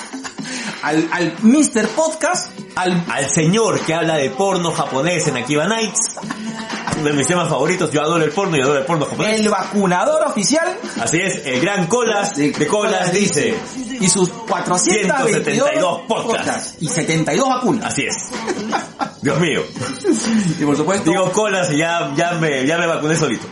B: Al, al Mr. Podcast, al...
C: Al señor que habla de porno japonés en Akiba Nights. Uno de mis temas favoritos, yo adoro el porno y adoro el porno japonés.
B: El vacunador oficial
C: Así es, el gran Colas de Colas dice.
B: y sus 472
C: 172 podcasts.
B: y 72 vacunas.
C: Así es. Dios mío.
B: Y por supuesto,
C: Digo colas y ya, ya me, ya me vacuné solito.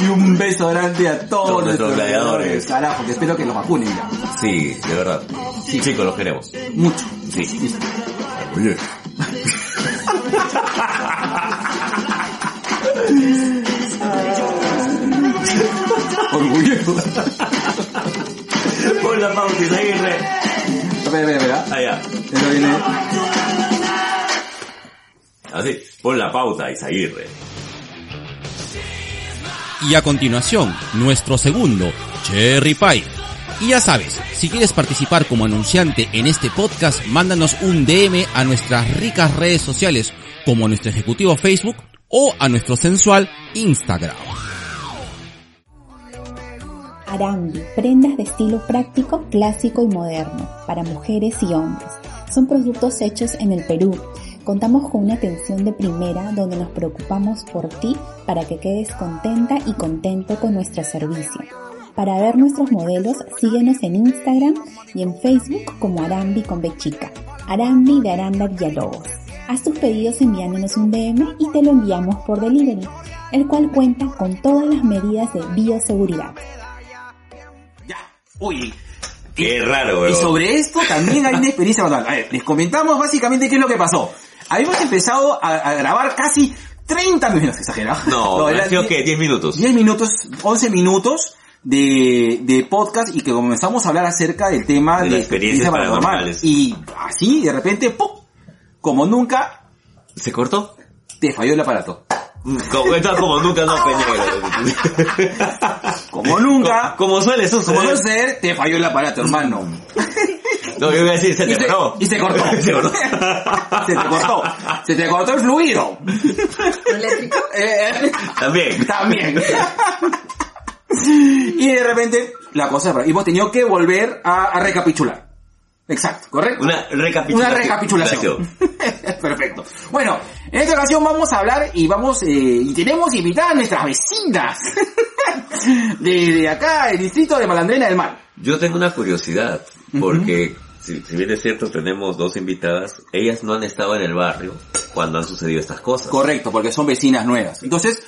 B: y un beso grande a todos nuestros
D: Todos nuestros
B: gladiadores.
D: gladiadores.
B: Carajo, que espero que los vacunen ya.
D: Sí, de verdad. Chicos, los queremos.
B: Mucho.
D: Sí.
C: Oye.
B: Orgulloso.
D: Pon la pausa y seguirle.
B: Espera, espera,
C: ¿ah?
B: espera.
D: Allá.
B: Eso viene.
D: Así. Pon la pauta y seguirle.
J: Y a continuación, nuestro segundo, Cherry Pie. Y ya sabes, si quieres participar como anunciante en este podcast, mándanos un DM a nuestras ricas redes sociales, como a nuestro ejecutivo Facebook o a nuestro sensual Instagram.
K: Arambi, prendas de estilo práctico, clásico y moderno, para mujeres y hombres. Son productos hechos en el Perú. Contamos con una atención de primera donde nos preocupamos por ti para que quedes contenta y contento con nuestro servicio. Para ver nuestros modelos, síguenos en Instagram y en Facebook como Arambi con Bechica. Arambi de Aranda Villalobos. Haz tus pedidos enviándonos un DM y te lo enviamos por delivery, el cual cuenta con todas las medidas de bioseguridad.
B: Ya. Oye.
D: Qué raro,
B: Y
D: weón.
B: sobre esto también hay una experiencia brutal. A ver, les comentamos básicamente qué es lo que pasó. Habíamos empezado a, a grabar casi 30 minutos, exagerado.
D: No, no
B: era
D: ha sido
B: die-
D: que 10 minutos.
B: 10 minutos, 11 minutos de, de podcast y que comenzamos a hablar acerca del tema
D: De
B: de,
D: las experiencias paranormales.
B: Y así, de repente, ¡pum! Como nunca,
D: ¿Se cortó?
B: te falló el aparato.
D: Mm, Como, esto como nunca no peñero. <laughs>
B: Como nunca,
D: Como suele
B: como no
D: suceder.
B: ser, te falló el aparato, hermano.
D: No, yo iba a decir, se
B: Y
D: te
B: se,
D: paró.
B: y se cortó.
D: <laughs> Se cortó.
B: <laughs> Se te cortó. Se te cortó el fluido.
L: Eléctrico.
B: <laughs> Eh,
D: También.
B: También. y de repente, la cosa, y hemos tenido que volver a, a recapitular. Exacto, ¿correcto?
D: Una
B: Una
D: recapitulación.
B: recapitulación. <laughs> Perfecto. Bueno, en esta ocasión vamos a hablar y vamos, eh, y tenemos invitadas a nuestras vecinas <laughs> de, de acá, el distrito de Malandrena del Mar.
D: Yo tengo una curiosidad, porque si, si bien es cierto tenemos dos invitadas, ellas no han estado en el barrio cuando han sucedido estas cosas.
B: Correcto, porque son vecinas nuevas. Entonces,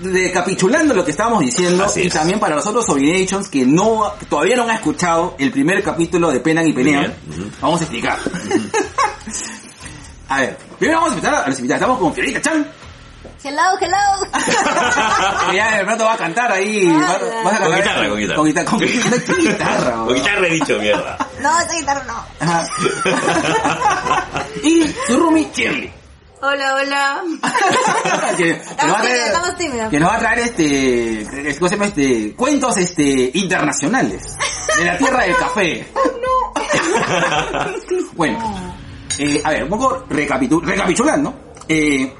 B: recapitulando lo que estábamos diciendo,
D: Así
B: y
D: es.
B: también para nosotros Originations, que no, que todavía no han escuchado el primer capítulo de Penan y Pelean,
D: bien, ujú.
B: vamos a explicar. <laughs> a ver, primero vamos a invitar a los invitados. Estamos con Fiorita Chan,
L: Hello, hello. <laughs>
B: que ya de pronto va a cantar ahí.
L: Ah,
B: va-
L: ya.
B: vas a cantar-
D: Con guitarra, con guitarra.
B: Con guitarra, con
D: <laughs>
B: con guitarra.
D: Con
B: weón.
D: guitarra he dicho mierda.
L: No, esa guitarra no.
B: Ajá. <laughs> y su roomie Shirley.
L: Hola, hola.
B: que, que nos va a traer,
L: tímidos, estamos tímidos.
B: que nos va a traer este, ¿cómo se llama este? Cuentos este, internacionales de la tierra del
L: <laughs>
B: café.
L: Oh,
B: <laughs> bueno, eh, a ver, un poco recapitu- recapitulando. Eh,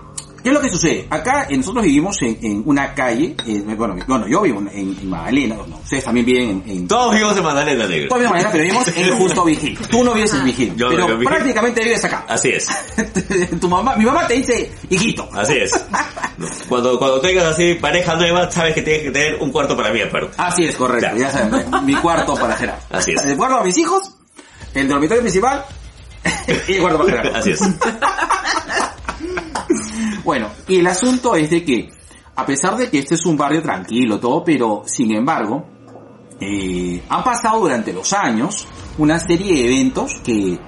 B: ¿Qué es lo que sucede? Acá eh, nosotros vivimos en, en una calle, eh, bueno, bueno, yo vivo en, en Magdalena, no, ustedes también viven en... en
D: Todos vivimos en Magdalena Negro.
B: Todavía en Magdalena, pero vivimos
D: <laughs>
B: en Justo Vigil. Tú no vives en Vigil,
D: Yo no
B: pero
D: vivo en Vigil.
B: prácticamente vives acá. <laughs>
D: Así es,
B: tu mamá, mi mamá te dice, hijito.
D: así es. Cuando, cuando tengas así pareja nueva, sabes que tienes que tener un cuarto para mí aparte.
B: Así es, correcto,
D: Claro.
B: ya saben, mi cuarto para Gerard.
D: Así es.
B: El cuarto para mis hijos, el dormitorio principal <laughs> y el cuarto para Gerard.
D: Así es.
B: Bueno, y el asunto es de que, a pesar de que este es un barrio tranquilo, todo, pero sin embargo, eh, han pasado durante los años una serie de eventos que,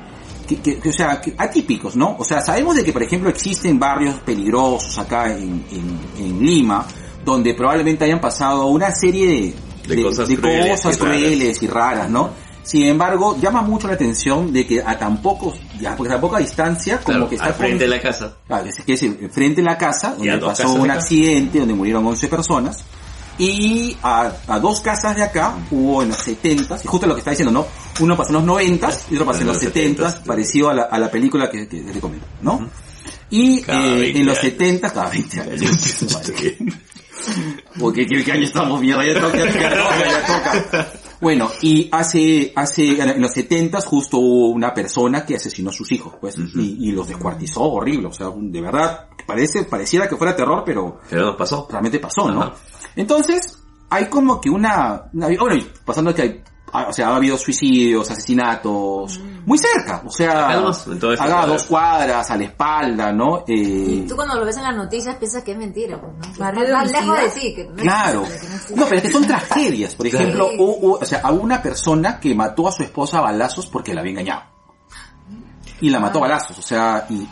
B: que, que- que, o sea, que atípicos, ¿no? O sea, sabemos de que, por ejemplo, existen barrios peligrosos acá en, en- en Lima, donde probablemente hayan pasado una serie de,
D: De cosas crueles y
B: cosas
D: raras.
B: crueles y raras, ¿no? Sin embargo, llama mucho la atención de que a tan pocos, ya, porque a tan poca distancia, como
D: Claro,
B: que está
D: al
B: con-
D: frente de la casa.
B: Claro, es que es frente a la casa,
D: Y a
B: donde
D: dos
B: pasó
D: casas de
B: un
D: acá.
B: accidente, donde murieron 11 personas, y a, a dos casas de acá hubo en los 70, y justo lo que está diciendo, ¿no? Uno pasó en los 90 y otro pasó en los 70, parecido a la, a la película que, que te comento, ¿no? Y
D: Cada
B: eh,
D: 20
B: en los
D: años.
B: 70, cada 20
D: <laughs>
B: años. Porque qué, qué año estamos, mierda, ya toca, ya toca, ya toca. Bueno, y hace, hace, en los setentas justo hubo una persona que asesinó a sus hijos, pues, y, y los descuartizó horrible, o sea, de verdad, parece, pareciera que fuera terror, pero
D: Pero nos pasó.
B: realmente pasó, ¿no?
D: Ajá.
B: Entonces, hay como que una, una- bueno, y pasando que hay, ha- o sea, ha habido suicidios, asesinatos, muy cerca, o sea,
C: Acá nomás, en toda esta
B: acá a
C: cuadra.
B: dos cuadras, a la espalda, ¿no? Eh,
L: Tú cuando lo ves en las noticias piensas que es mentira, pues, ¿no?
M: Barrio
L: Está más
M: homicida.
L: lejos de ti. Que no
B: Claro.
L: existe, que existe.
B: No, pero es que son tragedias. Por ejemplo,
L: Sí.
B: hubo- hubo- o sea, hubo una persona que mató a su esposa a balazos porque la había engañado. Y la mató a balazos, o sea, y, y-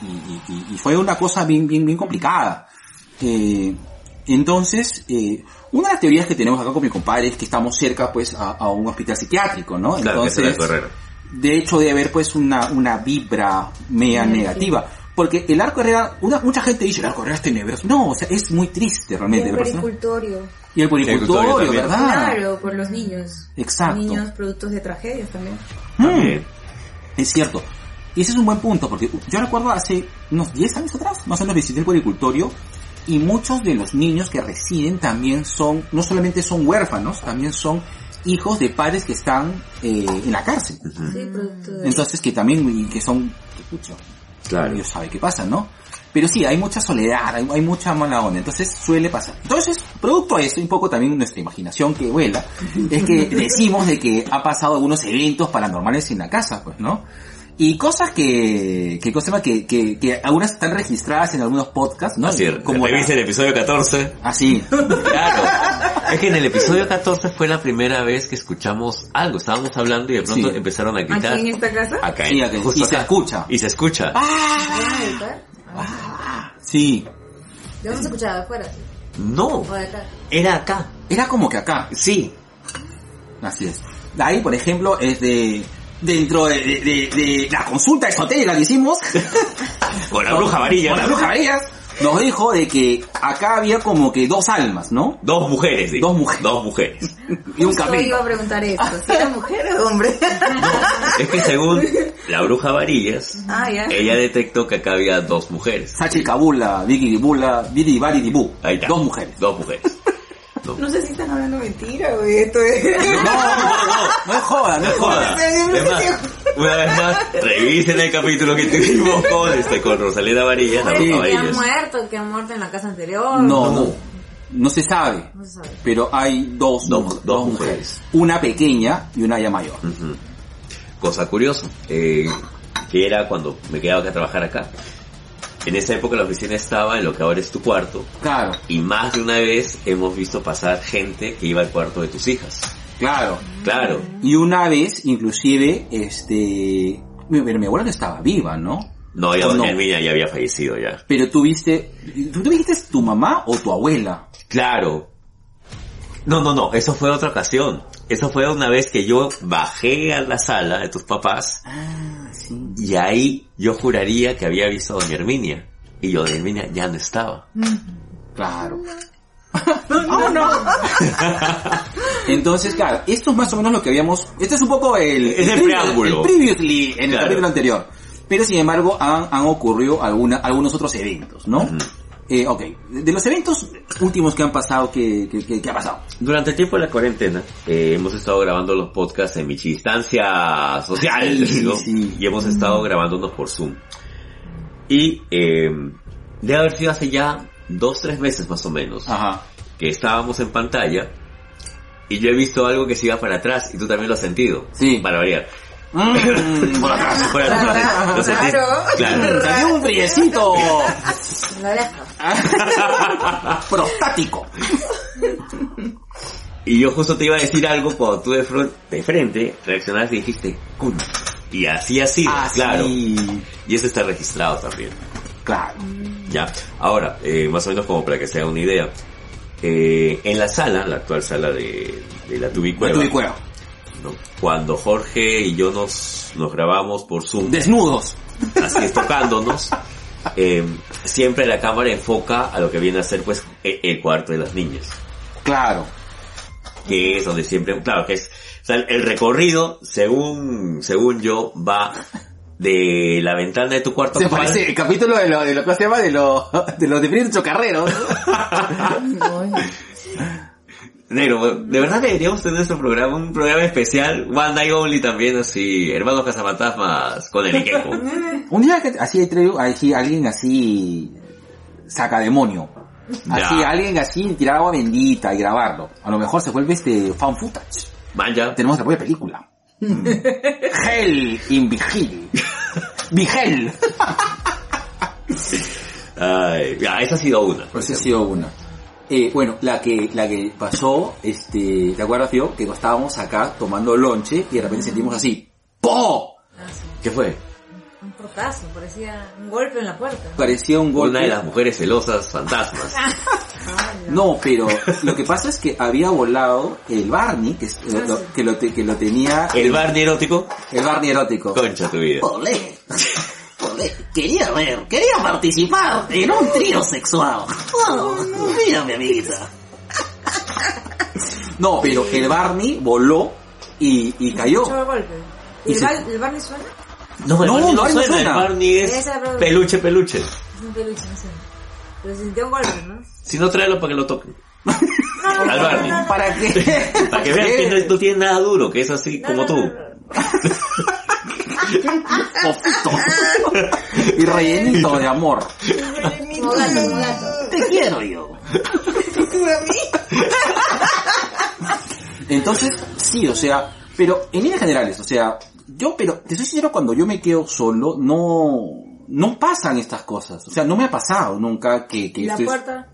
B: y- y- y fue una cosa bien, bien, bien complicada. Eh, entonces, eh, una de las teorías que tenemos acá con mi compadre es que estamos cerca, pues, a, a un hospital psiquiátrico, ¿no?
C: Claro, que es
B: entonces,
C: la carrera.
B: de hecho debe haber pues una, una vibra media negativa. Porque el arco Herrera, una, mucha gente dice, el arco Herrera es tenebroso. No, o sea, es muy triste realmente.
M: El
B: ¿verdad?
M: pericultorio.
B: Y el
C: El
B: puricultorio,
C: puricultorio también.
B: ¿verdad?
M: Claro, por los niños.
B: Exacto.
M: Niños productos de tragedias también.
C: También.
B: Mm. Es cierto. Y ese es un buen punto, porque yo recuerdo hace unos 10 años atrás, más o menos visité el puericultorio, y muchos de los niños que residen también son, no solamente son huérfanos, también son hijos de padres que están eh, en la cárcel.
M: Sí, producto de...
B: Entonces que también, y que son, que pucha,
C: Claro.
B: Dios sabe qué pasa, ¿no? Pero sí, hay mucha soledad, hay, hay mucha mala onda, entonces suele pasar. Entonces, producto de eso, y un poco también nuestra imaginación que
C: <laughs>
B: vuela, es que decimos de que ha pasado algunos eventos paranormales en la casa, pues, ¿no? Y cosas que, que, cosa que, que, que algunas están registradas en algunos podcasts, ¿no?
C: Así,
B: Como la-
C: revisa el episodio 14. <laughs>
B: Así.
D: Claro. Es que en el episodio 14 fue la primera vez que escuchamos algo. Estábamos hablando y de pronto
B: Sí.
D: empezaron a gritar.
M: ¿Aquí en esta casa?
D: Acá,
B: Sí, acá,
D: justo
B: y se
D: acá.
B: escucha. Ah.
D: Y se escucha.
L: Ah,
B: Sí.
L: Yo no se escuchaba de afuera
D: No,
L: o de atrás.
D: era acá.
B: Era como que acá.
D: Sí.
B: Así es. Ahí, por ejemplo, es de... Dentro de, de- de- de la consulta esotérica que hicimos,
D: Con la bruja varilla.
B: Con la bruja varilla, Nos dijo de que acá había como que dos almas, ¿no?
C: Dos mujeres, digo.
B: Dos mujeres.
C: Dos mujeres.
B: Y
M: Yo
B: un
M: iba
B: cabrito.
M: a preguntar eso. ¿Si era mujer o
B: <laughs>
M: hombre?
C: Es que según la bruja Varillas,
M: ah, ya.
C: ella detectó que acá había dos mujeres.
B: Sachi Kabula, Vicky Bula, Viri Bari Dibu.
C: Ahí está.
B: Dos mujeres.
C: Dos
B: <laughs>
C: mujeres.
M: No sé si están hablando mentira, güey. Esto
L: <laughs>
M: es...
B: No, no, no, no es joda, no es
C: Joda.
B: joda.
C: Es más, una vez más, revisen el capítulo que tuvimos con, este, con Rosalina Varillas, la
L: Pero
C: bruja
B: Sí.
L: que han
C: Varillas.
L: muerto, que han muerto en la casa anterior.
B: No, no, no se sabe.
L: No se sabe.
B: Pero hay dos,
C: Dos-
B: mu-
C: dos mujeres.
B: Una pequeña y una ya mayor.
C: Cosa curiosa, eh, que era cuando me quedaba acá a trabajar acá. En esa época la oficina estaba en lo que ahora es tu cuarto.
B: Claro,
C: Y más de una vez hemos visto pasar gente que iba al cuarto de tus hijas.
B: claro.
C: Claro.
B: Y una vez, inclusive, este... Pero mi abuela no estaba viva, ¿no?
C: No, ya
B: ¿O
C: Doña Herminia ya había fallecido ya.
B: Pero tuviste... ¿Tú, tú dijiste tu mamá o tu abuela?
C: Claro. No, no, no, eso fue otra ocasión. Eso fue una vez que yo bajé a la sala de tus papás
B: Ah, sí.
C: y ahí yo juraría que había visto a Doña Herminia. Y yo, Doña Herminia ya no estaba.
B: Claro. ¡Oh, no! <laughs> Entonces, claro, esto es más o menos lo que habíamos... Este es un poco el...
C: Es el
B: previ-
C: preámbulo.
B: El previously en el
C: Claro.
B: capítulo anterior. Pero sin embargo han, han ocurrido alguna, algunos otros eventos, ¿no?
C: Mm.
B: Eh, ok, de los eventos últimos que han pasado, ¿qué, qué, qué- qué ha pasado?
C: Durante el tiempo de la cuarentena eh, hemos estado grabando los podcasts en mi distancia
B: <laughs>
C: social
B: Sí,
C: ¿no?
B: sí.
C: y hemos estado grabándonos por Zoom. Y eh, debe haber sido hace ya dos, tres meses más o menos
B: Ajá.
C: que estábamos en pantalla y yo he visto algo que se iba para atrás y tú también lo has sentido.
B: Sí.
C: Para variar.
B: Mm, por atrás.
C: Para atrás, lo sentiste. Claro.
B: Salió un friecito
L: En la oreja.
B: prostático.
C: Y yo justo te iba a decir algo cuando tú de, fron- de frente reaccionaste y dijiste, "Cuno". Y así así,
B: Así.
C: claro. Y eso está registrado también.
B: Claro.
C: Ya. Ahora, eh, más o menos como para que se haga una idea. eh, en la sala, la actual sala de, de la Tubicueva,
B: No tuve cueva.
C: ¿no? cuando Jorge y yo nos, nos grabamos por Zoom,
B: Desnudos.
C: así es,
B: <laughs>
C: tocándonos, eh, siempre la cámara enfoca a lo que viene a ser pues e- el cuarto de las niñas,
B: Claro.
C: que es donde siempre, claro, que es, o sea, el recorrido, según, según yo, va de la ventana de tu cuarto
B: Se
C: actual-
B: parece el capítulo de lo, de lo <laughs> que se llama de los de los de Fritz Chocarreros. <laughs>
C: Negro, bueno, de verdad deberíamos tener este programa, un programa especial, One Night Only también, así, hermanos cazafantasmas con
B: <laughs>
C: el equipo.
B: Un día que así hay tres- así alguien así saca demonio. Así
C: Ya.
B: alguien así tirar agua bendita y grabarlo. A lo mejor se vuelve este fan footage.
C: Vaya.
B: Tenemos la propia <laughs> película. Hell in <laughs> Vigil. Vigel.
C: Ay, ya, esa ha sido una.
B: Esa ha sido una. Eh, bueno, la que, la que pasó, este, ¿te acuerdas, Fio? Que estábamos acá tomando lonche y de repente sentimos así, ¡po!
L: Ah, sí.
C: ¿Qué fue?
L: Un portazo, parecía un golpe en la puerta.
B: Parecía un golpe.
C: Una de las mujeres celosas fantasmas.
L: Ah, ya.
B: No, pero lo que pasa es que había volado el Barney, que, es- eh, lo- lo- que, lo, te- que lo tenía...
C: El Barney erótico,
B: el Barney erótico.
C: concha tu vida.
B: Olé, olé, quería ver, quería participar en un trío sexual. Oh, mira mi amiguita. No, pero el Barney voló y, y cayó.
L: Escuchaba el golpe. ¿Y,
B: Y
L: el,
B: se-
L: bar, el Barney suena?
C: No, el
B: No,
C: Barney
B: no, ahí no
C: suena,
B: suena.
C: El Barney es
L: Esa era-
C: peluche, peluche.
L: Es un peluche, no suena. Pero se sintió un golpe, ¿no?
C: Si no, tráelo para que lo toquen.
L: No,
C: Al Barney.
B: ¿Para qué?
C: <laughs> Para que vean que
B: <laughs>
C: no, no tiene nada duro, que es así
L: No,
C: como
L: no,
C: tú.
L: no, no.
B: Y rellenito de amor.
L: <laughs> Como gato, como gato.
B: Te quiero yo. <laughs> Entonces, sí, o sea, pero en líneas generales, o sea, yo, pero te soy sincero, cuando yo me quedo solo, no, no pasan estas cosas. O sea, no me ha pasado nunca que, que
L: ¿Y la
B: estés-
L: puerta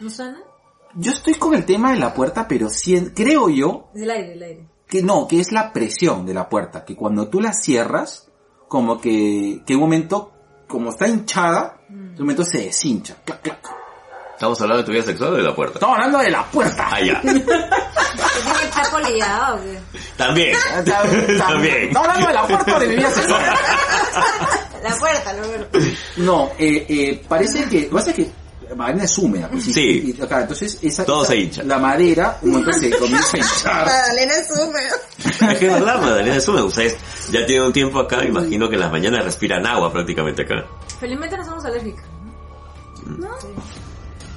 L: no suena?
B: Yo estoy con el tema de la puerta, pero sí, creo yo
L: Es el aire, el aire.
B: que no, que es la presión de la puerta, que cuando tú la cierras, como que, que un momento, como está hinchada,
L: Mm.
B: un momento se deshincha. Clac, clac.
C: Estamos hablando de tu vida sexual o de la puerta.
B: Estamos hablando de la puerta.
C: Ah,
B: <laughs>
C: ya.
L: ¿Que tiene el taco liado o qué?
C: También. <laughs> También.
B: Estamos hablando de la puerta de mi vida sexual.
L: La puerta, la puerta.
B: No, eh, eh, parece que, lo que pasa es que la madera es húmeda. pues, y-
C: Sí.
B: y- acá, entonces, esa,
C: Todo
B: esa-
C: se hincha.
B: La madera, un momento se comienza a hinchar.
M: Magdalena es húmedo.
C: Es que es verdad, Magdalena es una. Ustedes ya tienen un tiempo acá, imagino que en las mañanas respiran agua prácticamente acá.
L: Felizmente no somos alérgicos.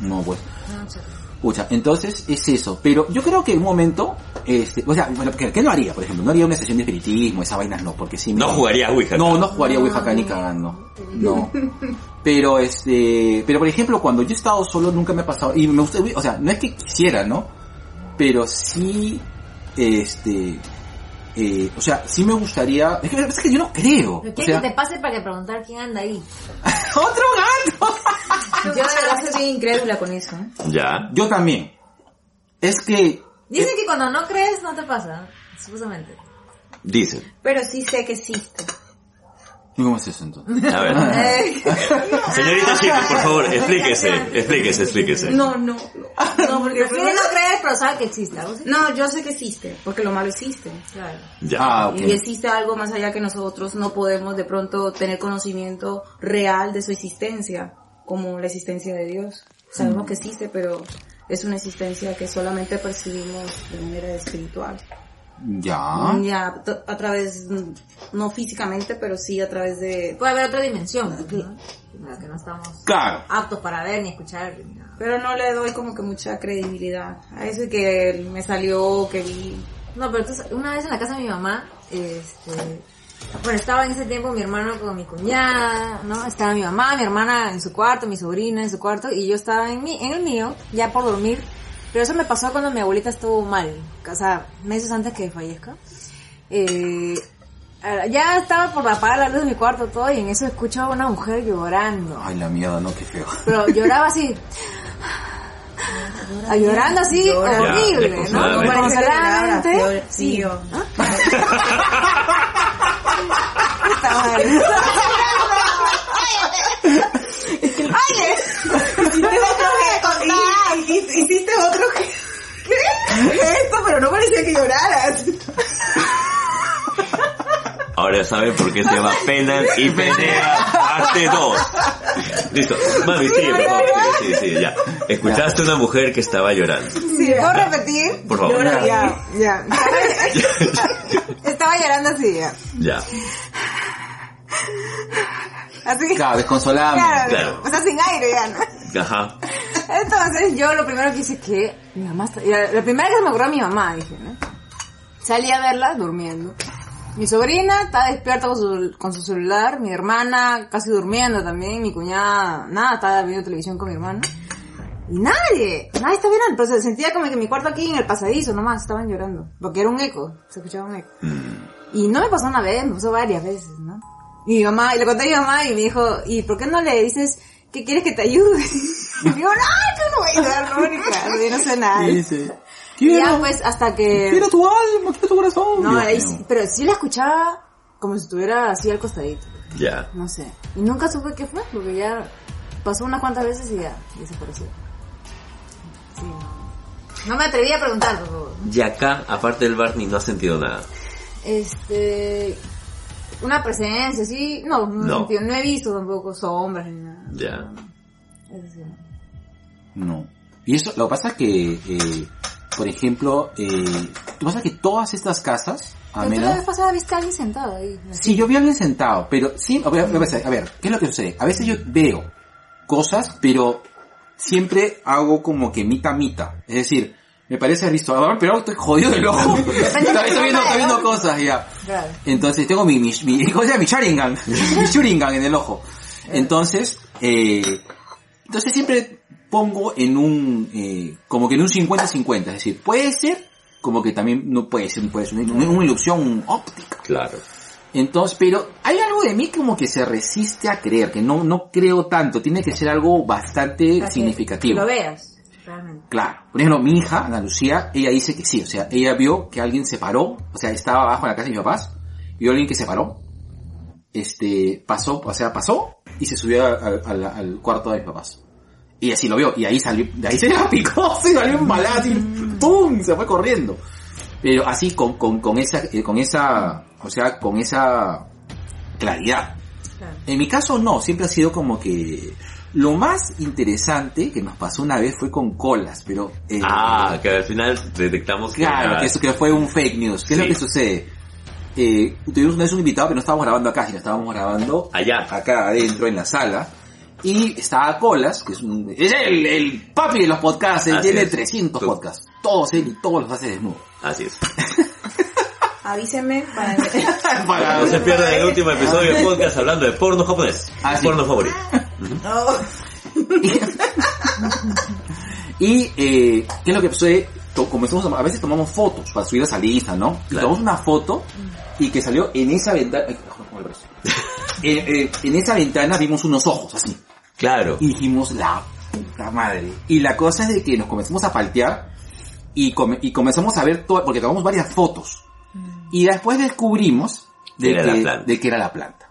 B: No, pues.
L: No, no sé.
B: Pucha, entonces es eso. Pero yo creo que en un momento, este, o sea, bueno, ¿qué, qué no haría, por ejemplo? No haría una sesión de espiritismo, esas vainas no, porque si
C: No jugaría a Ouija.
B: No, no jugaría Ouija acá ni cagando. No. Pero este, pero por ejemplo, cuando yo he estado solo nunca me ha pasado, y me gusta, o sea, no es que quisiera, ¿no? Pero sí, este, eh, o sea, sí me gustaría, es que, es que yo no creo.
L: Pero
B: O
L: quiere
B: sea,
L: que te pase para que preguntar quién anda ahí.
B: <laughs> ¡Otro gato!
L: Yo de verdad soy bien incrédula con eso. ¿eh?
C: Ya.
B: Yo también. Es que,
L: Dicen que cuando no crees no te pasa, supuestamente.
C: Dicen.
M: Pero sí sé que existe.
B: ¿cómo es eso entonces?
C: A ver.
L: Eh,
C: <laughs> Señorita Chico, por favor, explíquese, explíquese, explíquese.
M: No, no, no. No, porque
L: Prefiero
M: primero
L: no crees, pero sabes que existe. ¿algo así?
M: No, yo sé que existe, porque lo malo existe.
L: Claro.
C: Ya.
B: Ah, ok.
M: Y existe algo más allá que nosotros no podemos de pronto tener conocimiento real de su existencia, como la existencia de Dios. Sabemos
C: Mm.
M: que existe, pero es una existencia que solamente percibimos de manera espiritual.
C: Ah.
B: Ya.
M: Ya, t- a través, mm, no físicamente, pero sí a través de...
L: Puede haber otra dimensión, pues, ¿no? La que no estamos
B: Claro.
L: aptos para ver ni escuchar. ni nada.
M: Pero no le doy como que mucha credibilidad a eso que me salió, que vi.
L: No, pero tú sa- una vez en la casa de mi mamá, este, bueno, estaba en ese tiempo mi hermano con mi cuñada, ¿no? Estaba mi mamá, mi hermana en su cuarto, mi sobrina en su cuarto, y yo estaba en, mi, en el mío, ya por dormir. Pero eso me pasó cuando mi abuelita estuvo mal, o sea, meses antes que fallezca. Eh, ah, ya estaba por apagar la luz de mi cuarto todo, y en eso escucho a una mujer llorando.
B: Ay, la mierda, no, qué feo.
L: Pero lloraba así. Ah, Llorando así, horrible, ¿no?
C: desconsoladamente.
L: Como ¿eh? desconsolante.
M: Sí, yo. <laughs> Hiciste otro que... Esto, pero no parecía que lloraras.
C: Ahora saben por qué se llama Penan y Penea parte 2. Listo. Mami, sí, por favor. Sí, sí, sí, ya. Escuchaste a una mujer que estaba llorando.
M: Sí, ¿puedo repetir?
C: Por favor.
M: Ya, <laughs> ya.
L: Estaba llorando así, ya.
C: Ya.
M: Así,
B: Claro, desconsolable.
C: Claro.
M: o sea, sin aire ya, ¿no?
C: Ajá.
L: <laughs> Entonces yo lo primero que hice que mi mamá está... y eh, La, la primera que se me ocurrió mi mamá, dije, ¿no? Salí a verla durmiendo. Mi sobrina está despierta con su, con su celular, mi hermana casi durmiendo también, mi cuñada, nada, estaba viendo televisión con mi hermana. Y nadie, nadie estaba llorando, pero se sentía como que en mi cuarto aquí en el pasadizo nomás estaban llorando, porque era un eco, se escuchaba un eco.
C: Mm,
L: Y no me pasó una vez, me pasó varias veces, ¿no? Y mi mamá, y le conté a mi mamá y me dijo, ¿y por qué no le dices que quieres que te ayude? <laughs> Y digo, no, yo no voy a ayudar, no, ni claro, yo no sé nada.
B: Sí, sí.
L: Y
B: Quiero,
L: ya pues hasta que...
B: quiero tu alma, quiero tu corazón.
L: No,
B: Dios
L: ahí
B: mío.
L: sí, pero sí la escuchaba como si estuviera así al costadito,
C: Ya.
L: no sé. Y nunca supe qué fue, porque ya pasó unas cuantas veces y ya desapareció. Sí, no. No me atreví a preguntar, por favor.
D: Y acá, aparte del Barney, no has sentido nada.
L: Este... Una presencia, sí, no, no,
D: No.
L: sentido, no he visto tampoco sombras ni nada.
D: Ya.
L: Eso sí, no.
B: No. Y eso, lo que pasa es que, eh, por ejemplo, eh, lo que pasa es que todas estas casas, a
C: Ah,
L: Pero tú la
B: menos...
L: vez pasada viste a alguien sentado ahí. así.
B: Sí, yo vi a alguien sentado, pero sí, a ver, a ver, a ver, ¿qué es lo que sucede? A veces yo veo cosas, pero siempre hago como que mitad mitad. Es decir, me parece haber visto, a ver, pero estoy jodido del ojo. Está- estoy viendo, estoy viendo cosas ya.
L: Claro.
B: Entonces tengo mi, mi, mi, ¿cómo se llama? mi Sharingan, mi Sharingan en el ojo. Entonces, eh, entonces siempre pongo en un, eh, como que en un 50-50, es decir, puede ser, como que también no puede ser, puede ser una, una ilusión óptica.
C: Claro.
B: Entonces, pero hay algo de mí como que se resiste a creer, que no, no creo tanto, tiene que ser algo bastante
L: Para que
B: significativo.
L: Lo veas, realmente.
B: Claro. Por ejemplo, mi hija, Ana Lucía, ella dice que sí. O sea, ella vio que alguien se paró. O sea, estaba abajo en la casa de mis papás. Vio a alguien que se paró. Este, pasó, o sea, pasó y se subió a- a- a la- al cuarto de mis papás. Y así lo vio. Y ahí salió, de ahí se la picó, <laughs> se salió un balazo y ¡pum! Se fue corriendo. Pero así con, con, con esa, eh, con esa, o sea, con esa claridad.
L: Claro.
B: En mi caso no, siempre ha sido como que lo más interesante que nos pasó una vez fue con colas, pero eh,
C: Ah, que al final detectamos que...
B: claro,
C: era-
B: que eso que fue un fake news. ¿Qué es
C: Sí.
B: lo que sucede? Eh, tuvimos una vez un invitado que no estábamos grabando acá, sino estábamos grabando
C: Allá.
B: acá adentro en la sala. Y estaba Colas, que es, un, es el, el papi de los podcasts, él
C: Así
B: tiene
C: es.
B: 300
C: Tú.
B: podcasts. Todos él y todos los hace desnudo. <laughs>
C: Así es.
M: Avísenme
L: <laughs>
M: para...
B: Para-
C: No se pierdan el último episodio del podcast hablando de porno japonés.
B: Ah, sí.
C: Porno favorito.
B: Y, eh, ¿qué es lo que sucede? To- Como estamos, a veces tomamos fotos para subirlas a lista, ¿no? Y
C: Claro.
B: tomamos una foto y que salió en esa ventana... ay, ojo,
C: <laughs>
B: el brazo. Eh, eh, en esa ventana vimos unos ojos, así.
C: Claro.
B: Y dijimos, la puta madre. Y la cosa es de que nos comenzamos a paltear y, come- y comenzamos a ver todo, porque tomamos varias fotos.
L: Mm.
B: Y después descubrimos de,
C: Era la
B: que,
C: planta.
B: de que era la planta.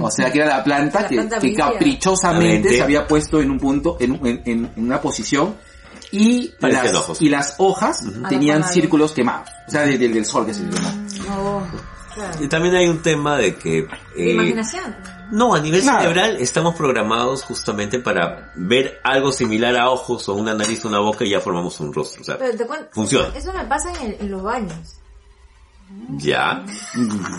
B: O sea, que era la planta
L: <laughs> La
B: que,
L: planta
B: que
L: brilla.
B: caprichosamente se
C: Exactamente.
B: había puesto en un punto, en, un- en- en- en una posición, y
C: Parecían
B: las,
C: ojos.
B: y las hojas tenían
L: Alojado.
B: círculos quemados. O sea, de- del- del sol que se quemó.
L: No, claro.
C: Y también hay un tema de que...
L: De
C: eh,
L: imaginación.
C: no, a nivel
B: Claro.
C: cerebral estamos programados justamente para ver algo similar a ojos o una nariz o una boca y ya formamos un rostro. O sea,
L: Pero te cuento,
C: funciona.
L: eso me pasa en, el- en los baños.
C: ya.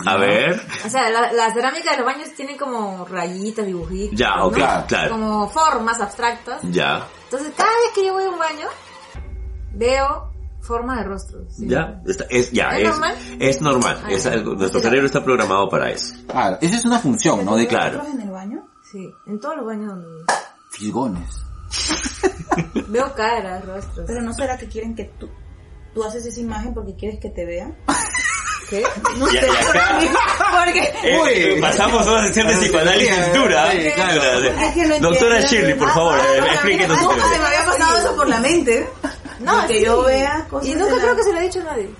C: A ver.
L: O sea, la, la cerámica de los baños tiene como rayitas, dibujitos.
C: Ya,
L: ¿no?
C: ok, claro.
L: Como formas abstractas.
C: Ya.
L: Entonces, cada vez que yo voy a un baño, veo formas de rostros. ¿sí?
C: Ya, está- es, ya,
L: ¿Es
C: es,
L: normal?
C: es normal,
L: Ah,
C: es
L: ya.
C: algo- nuestro
L: Será.
C: cerebro está programado para eso.
B: Claro, esa es una función, ¿no? De que-
C: Claro.
M: en el baño?
L: Sí, en todos los baños donde voy.
B: Fisgones.
L: Veo caras, rostros.
M: Pero no será que quieren que tú... Tú haces esa imagen porque quieres que te vean.
L: ¿Qué?
C: Y- y acá,
M: Porque...
C: eh,
B: Uy.
C: eh, pasamos a una sesión de psicoanálisis dura.
B: Sí, Ah, claro.
C: dura, de-
M: Es que no
C: Doctora
M: entiendo.
C: Shirley, por favor, eh, explíquenos
M: Nunca
C: tu teoría.
M: se me había pasado eso por la mente.
L: No,
M: que
L: sí.
M: yo vea cosas
L: Y nunca
M: en la-
L: creo que se lo he dicho a nadie.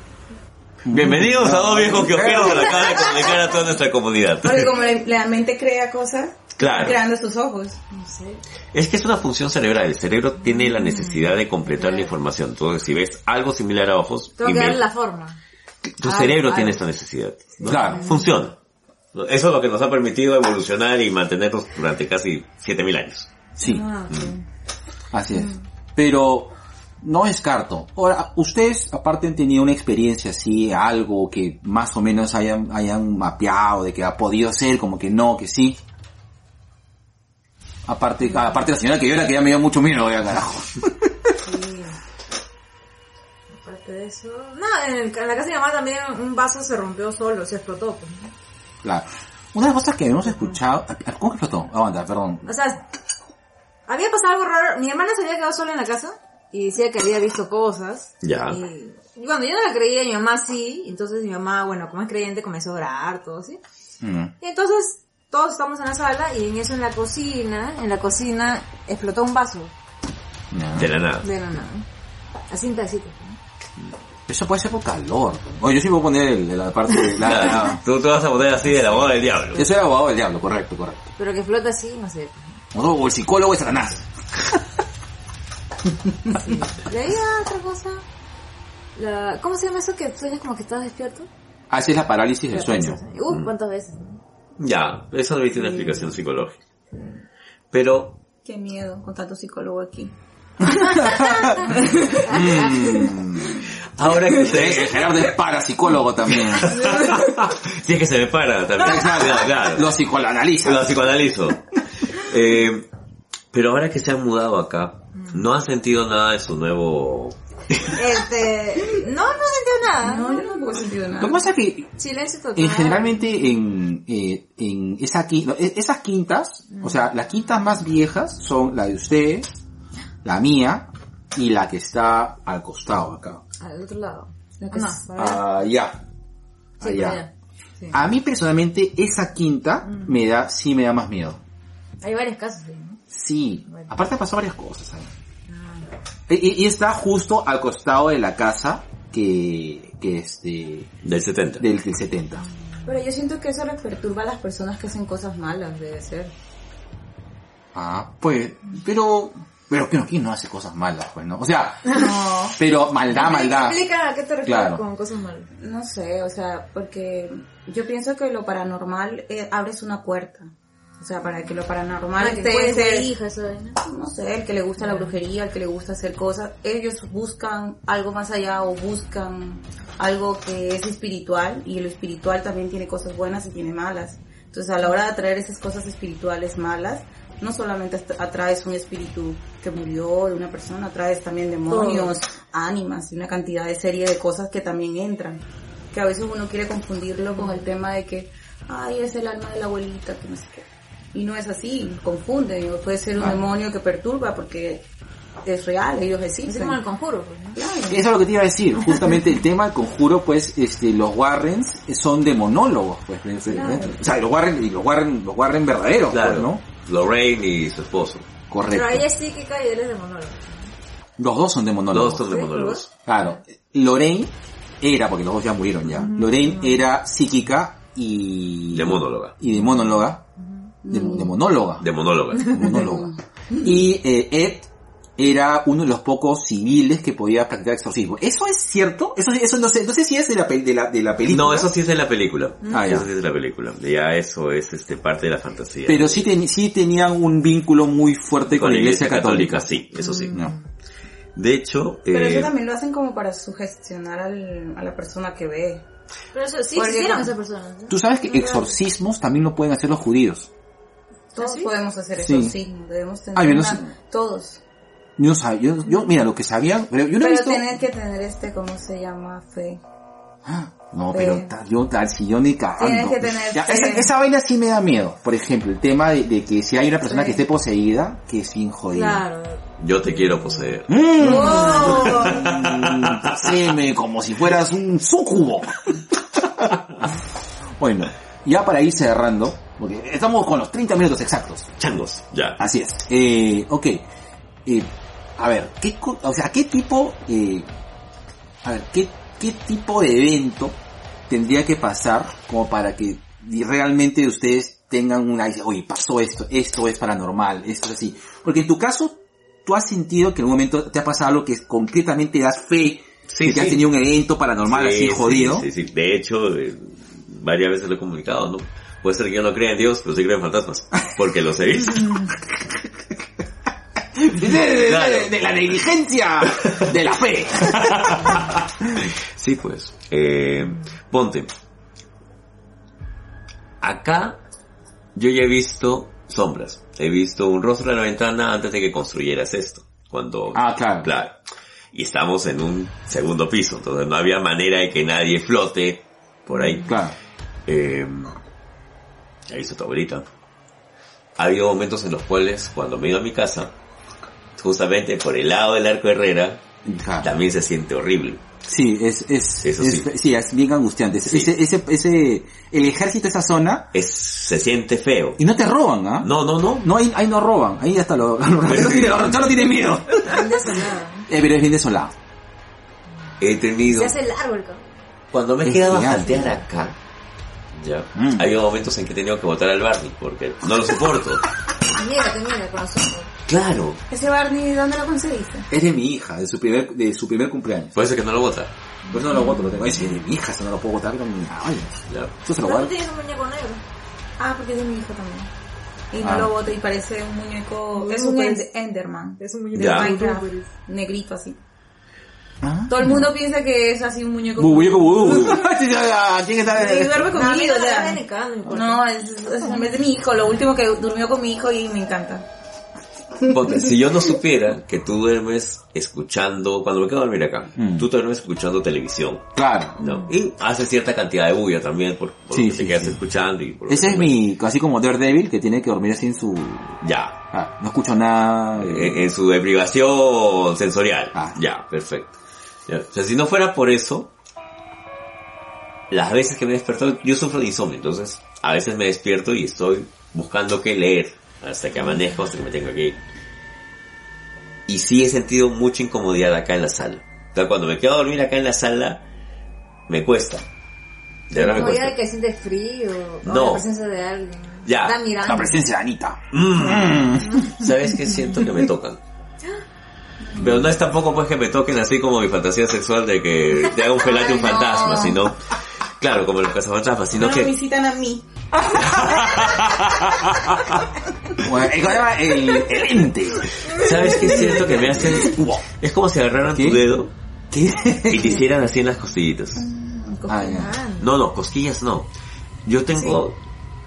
C: Bienvenidos a dos viejos que opinan que lo acaba de comunicar a toda nuestra comunidad.
M: Porque como la, la mente crea cosas,
C: <laughs> Claro.
M: creando sus ojos.
L: No sé.
C: Es que es una función cerebral, el cerebro tiene la necesidad de completar la información. Entonces, si ves algo similar a ojos,
L: Tengo que
C: inven-
L: darle la forma.
C: tu
L: Ah,
C: cerebro
L: claro.
C: tiene esta necesidad. ¿no?
B: Claro.
C: Funciona. Eso es lo que nos ha permitido evolucionar y mantenernos durante casi 7000 años.
B: Sí.
L: Ah, ok.
B: Así es. Pero no descarto. Ahora, ustedes aparte han tenido una experiencia así, algo que más o menos hayan, hayan mapeado, de que ha podido ser, como que no, que sí. Aparte, aparte la señora que yo era que ya me dio mucho miedo, ya carajo.
L: Sí. Aparte de eso... No, en, el- en la casa de mi mamá también un vaso se rompió solo, se explotó. pues, ¿no?
B: ah, Claro. Una de las cosas que hemos escuchado, ¿cómo que explotó? Aguanta, perdón.
L: O sea, Había pasado algo raro. Mi hermana se había quedado sola en la casa y decía que había visto cosas.
C: Ya.
L: Y, y bueno, yo no la creía, mi mamá sí. Entonces mi mamá, bueno, como es creyente, comenzó a orar, todo así.
B: Mm.
L: Y entonces todos estamos en la sala y en eso en la cocina, en la cocina explotó un vaso
B: Ya.
C: De la nada.
L: de la nada. Así en pedacito.
B: Eso puede ser por calor. Oye, yo sí voy a poner el- la parte de
C: <laughs>
B: la...
C: Claro, Tú te vas a poner así de la boda del diablo.
B: Eso era abogado del diablo, correcto, correcto.
L: Pero que explota así, no sé.
B: No, o el psicólogo es Satanás.
L: De ahí a otra cosa. La, ¿Cómo se llama eso que sueñas como que estás despierto?
B: Ah, esa es la parálisis del sueño.
L: Uh, ¿cuántas veces? no?
C: Ya, eso debe tener una explicación psicológica. Pero, Mm.
M: Qué miedo con tanto psicólogo aquí.
C: ahora que ustedes... <laughs>
B: Eh, Gerardo es parapsicólogo <laughs> también.
C: si es que se me para también. Claro, claro.
B: Lo psicoanaliza.
C: Lo psicoanalizo. Eh, pero ahora que se han mudado acá, ¿no han sentido nada de su nuevo...
L: Este, no, no sentí nada.
M: No, yo tampoco he sentido
B: Lo que
M: nada.
B: pasa es que
L: Silencio total.
B: en generalmente en, eh, en esa qui- no, e- esas quintas, o sea, las quintas más viejas son la de ustedes, la mía y la que está al costado acá.
L: Al otro lado. La
M: No.
L: es-
B: Allá.
L: Sí,
B: Allá.
L: allá. Mm. Sí.
B: A mí personalmente esa quinta me da, sí me da más miedo.
L: Hay varios casos, ahí, ¿no?
B: Sí.
L: Bueno. Ah.
B: Aparte han pasado varias cosas ¿sabes? Y, y- y está justo al costado de la casa que, que este,
C: del 70?
B: del, del 70.
M: Pero yo siento que eso les perturba a las personas que hacen cosas malas, debe ser.
L: <laughs>
B: Ah, pues, pero, pero, pero ¿quién no hace cosas malas, pues, no? O sea,
M: No.
B: pero maldad, maldad.
L: Explica a qué te refieres
B: Claro.
L: con cosas malas.
M: No sé, o sea, porque yo pienso que lo paranormal eh, abres una puerta. O sea, para que lo paranormal
L: Ah, que
M: esté
L: puede ser
M: ese-
L: hija, eso, ¿no?
M: no sé, el que le gusta la brujería, el que le gusta hacer cosas, ellos buscan algo más allá o buscan algo que es espiritual y lo espiritual también tiene cosas buenas y tiene malas. Entonces a la hora de atraer esas cosas espirituales malas, no solamente at- atraes un espíritu que murió de una persona, atraes también demonios, ánimas y una cantidad de serie de cosas que también entran. Que a veces uno quiere confundirlo con el tema de que, ay, es el alma de la abuelita, que no sé qué. Y no es así, confunden,
K: Eh,
M: o puede ser un
B: Ah.
M: demonio que perturba porque es real, ellos
L: Así
M: existen.
L: como el conjuro, pues, ¿no?
M: Claro.
B: Eso es lo que te iba a decir, justamente el tema del conjuro, pues, este, los Warrens son demonólogos, pues, pues, ¿eh? o sea, los Warren, y los Warren, los Warren verdaderos, pues,
C: Claro,
B: ¿no?
C: Lorraine y su esposo.
L: Pero
B: Correcto.
L: ella es psíquica y él es de monólogo.
B: Los dos son demonólogos.
C: Los dos son demonólogos.
B: Claro. Lorraine era, porque los dos ya murieron ya. Lorraine era psíquica y...
C: Demonóloga.
B: Y demonóloga. De, demonóloga.
C: Demonóloga.
B: monóloga. Y eh, Ed era uno de los pocos civiles que podía practicar exorcismo. ¿Eso es cierto? Eso, eso no sé, no sé si es de la, pel- de la, de la película.
C: No, eso sí es de la película.
B: Ah, ya.
C: Eso sí es de la película. Ya eso es este parte de la fantasía.
B: Pero sí, ten- sí tenían un vínculo muy fuerte con, la Iglesia Católica. Mm.
C: sí, eso sí.
B: No.
C: De hecho,
M: Pero
C: eh,
M: eso también lo hacen como para sugestionar al- a la persona que ve.
L: Pero eso, sí
M: Porque
L: existieron
M: no.
L: esas personas. ¿no?
B: Tú sabes que exorcismos también lo pueden hacer los judíos.
M: Todos
L: ¿Ah, sí?
M: podemos hacer
B: Sí.
M: eso, sí. Debemos tener
B: Ah, yo no
M: una-
B: sé.
M: todos.
B: Yo, sab- yo, yo, mira, lo que sabían, pero yo no he
M: Pero
B: visto...
M: tener que tener este, ¿cómo se llama? Fe.
B: Ah, No,
M: Sí.
B: pero ta- yo tal si yo ni cagando.
M: Tienes que tener
B: Ya,
M: fe.
B: esa, esa vaina sí me da miedo. Por ejemplo, el tema de, de que si hay una persona que esté poseída, que es bien jodida.
L: Claro.
C: yo te quiero poseer.
B: Mm,
M: Oh.
L: <laughs> ¡Wow!
B: mm, poséeme como si fueras un sucubo. <laughs> bueno, ya para ir cerrando, porque estamos con los 30 minutos exactos.
C: Changos, ya.
B: Así es. Eh, ok. Eh, a ver, ¿qué, co- o sea, ¿qué tipo, eh, a ver, ¿qué, qué tipo de evento tendría que pasar como para que y realmente ustedes tengan una, dice, oye, pasó esto, esto es paranormal, esto es así? Porque en tu caso, tú has sentido que en un momento te ha pasado algo que completamente das fe
C: Sí,
B: de que has
C: sí.
B: tenido un evento paranormal
C: Sí,
B: así
C: sí,
B: jodido.
C: Sí, sí, De hecho, eh, varias veces lo he comunicado, ¿no? Puede ser que yo no crea en Dios, pero sí creo en
B: <laughs>
C: fantasmas. Porque los he visto.
B: De, de- de-
C: Claro.
B: de la negligencia, de la
C: <laughs>
B: fe.
C: Sí, pues. Eh, ponte. Acá yo ya he visto sombras. He visto un rostro en la ventana antes de que construyeras esto. Cuando...
B: Ah, claro.
C: Claro. Y estamos en un segundo piso, entonces no había manera de que nadie flote por ahí.
B: Claro.
C: Eh, ahí está tu abuelita. Ha habido momentos en los cuales, cuando me he ido a mi casa, justamente por el lado del arco Herrera,
B: Ajá.
C: también se siente horrible.
B: Sí, es, es,
C: Eso
B: es-
C: sí.
B: es bien angustiante.
C: Sí.
B: Ese, ese, ese, el ejército de esa zona,
C: Es, se siente feo.
B: y no te roban, ¿ah?
C: No, no, no.
B: No, ahí, ahí no roban, ahí hasta lo, <laughs> lo- no tiene- lo- ya no tiene <laughs> miedo. Eh, pero es bien desolado.
C: He tenido...
L: Se hace largo el cabrón.
C: Cuando me he
B: Es
C: quedado a
B: gigante.
C: saltear acá, ya,
B: Mm.
C: hay momentos en que he tenido que votar al Barney porque no lo
L: <laughs>
C: soporto.
L: Mira, que mira, con los ojos.
C: claro,
K: Ese Barney, ¿dónde lo conseguiste?
B: Es de mi hija, de su primer, de su primer cumpleaños.
C: por eso que no lo vota.
B: Por eso no lo voto, lo tengo. Ay, sí, es de mi hija, eso no lo puedo votar con mi ay,
C: ya.
B: Eso se lo
L: ¿Pero
B: guardo.
L: tú tienes un muñeco negro?
K: Ah, porque es de mi hijo también. Y
B: Ah.
K: no lo boto y parece un muñeco, es un
L: Super-
K: end- Enderman.
L: Es un
C: Ya.
L: muñeco negro.
K: Minecraft, negrito así.
B: Ah.
K: Todo el mundo piensa que es así un muñeco.
B: Bu- bu- bu- bu- <laughs> Sí, sí, ah, tiene que
K: Y
B: estar-
K: duerme
L: No, a mí
K: conmigo,
L: no me
K: ya.
L: sale ni cagando en mi cuarto.
K: No, es, es, es de mi hijo, lo último que durmió con mi hijo y me encanta.
C: Ponte, si yo no supiera que tú duermes escuchando, cuando me quedo a dormir acá,
B: Mm.
C: tú te duermes escuchando televisión,
B: Claro.
C: ¿no? Y hace cierta cantidad de bulla también por, por
B: Sí,
C: lo que
B: sí,
C: te quedas
B: sí.
C: escuchando y por lo que
B: Ese es
C: te-
B: mi, así como Daredevil, que tiene que dormir sin su,
C: Ya,
B: ah, no escucho nada. eh,
C: eh, en, en su deprivación sensorial.
B: Ah.
C: Ya, perfecto. Ya. O sea, si no fuera por eso, las veces que me he despertado, yo sufro de insomnio, entonces a veces me despierto y estoy buscando qué leer, hasta que amanezco, hasta que me tengo que ir. Y sí he sentido mucha incomodidad acá en la sala. O sea, cuando me quedo a dormir acá en la sala, me cuesta. De verdad me
L: Como ya
C: cuesta.
L: de que sientes frío, o
C: No.
L: la presencia de alguien.
C: Ya.
L: Está
K: Ah.
L: mirando.
B: La presencia de Anita.
C: Mm.
B: Mm.
C: ¿Sabes qué? Siento
K: <laughs>
C: que me tocan. Pero no es tampoco pues que me toquen así como mi fantasía sexual de que te haga un felate un
K: <laughs> Ay, no.
C: fantasma, sino... Claro, como los cazafantasmas, sino
K: No, me
C: que...
K: visitan a mí.
B: Bueno, el, el, el ente.
C: ¿Sabes qué? Siento que me
K: <laughs>
C: hacen... Es como si agarraran
B: ¿Qué?
C: tu dedo
B: ¿Qué?
C: y te hicieran así en las costillitas.
B: Ah, ya.
C: No, no, costillas no. Yo tengo...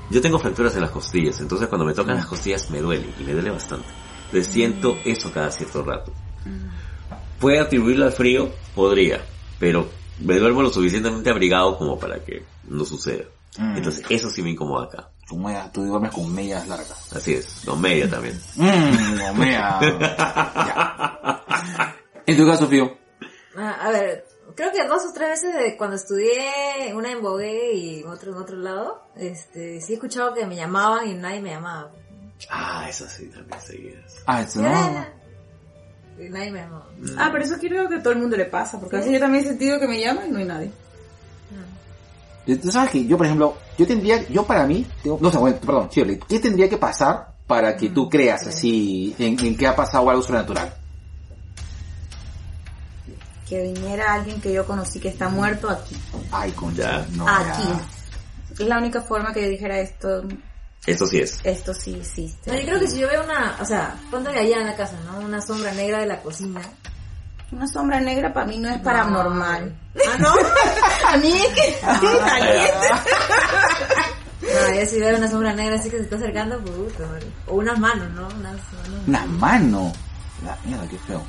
C: Yo tengo fracturas en las costillas, entonces cuando me tocan las costillas me duele y me duele bastante. Entonces siento eso cada cierto rato. ¿Puede atribuirlo al frío? Podría, pero me duermo lo suficientemente abrigado como para que no suceda.
B: Mm.
C: Entonces eso sí me incomoda acá.
B: Tú, mea- tú duermes con medias largas.
C: Así es, los media también.
B: Mmm, no mea. Ya. En tu caso, Fío.
L: Ah, a ver, creo que dos o tres veces de cuando estudié, una en Bogué y otro en otro lado, este, sí he escuchado que me llamaban y nadie me llamaba.
C: <laughs> Ah, eso sí también seguidas.
B: Ah, esto no.
L: Ya. Y nadie me llamaba.
K: Ah, pero eso quiero que a todo el mundo le pasa, porque a veces yo también he sentido que me llaman y no hay nadie.
B: Yo- Tú sabes que yo, por ejemplo, yo tendría, yo para mí, tengo- no sé, bueno, perdón, Shirley, ¿qué tendría que pasar para que tú creas así en, en que ha pasado algo sobrenatural?
K: Que viniera alguien que yo conocí que está muerto aquí.
B: Ay, concha.
C: Ya.
B: No,
K: aquí.
B: mea.
K: Es la única forma que yo dijera esto,
C: Eso sí es.
K: esto sí existe.
L: No, yo creo que si yo veo una, o sea, ponte allá en la casa, ¿no? Una sombra negra de la cocina.
K: Una sombra negra para mí no es paranormal.
L: Ah, no.
K: A mí <laughs> es que...
L: No, yo si veo una sombra negra así que se está acercando, pues, puta, madre. o unas manos, ¿no? Unas manos.
B: Una mano. La mierda, qué feo.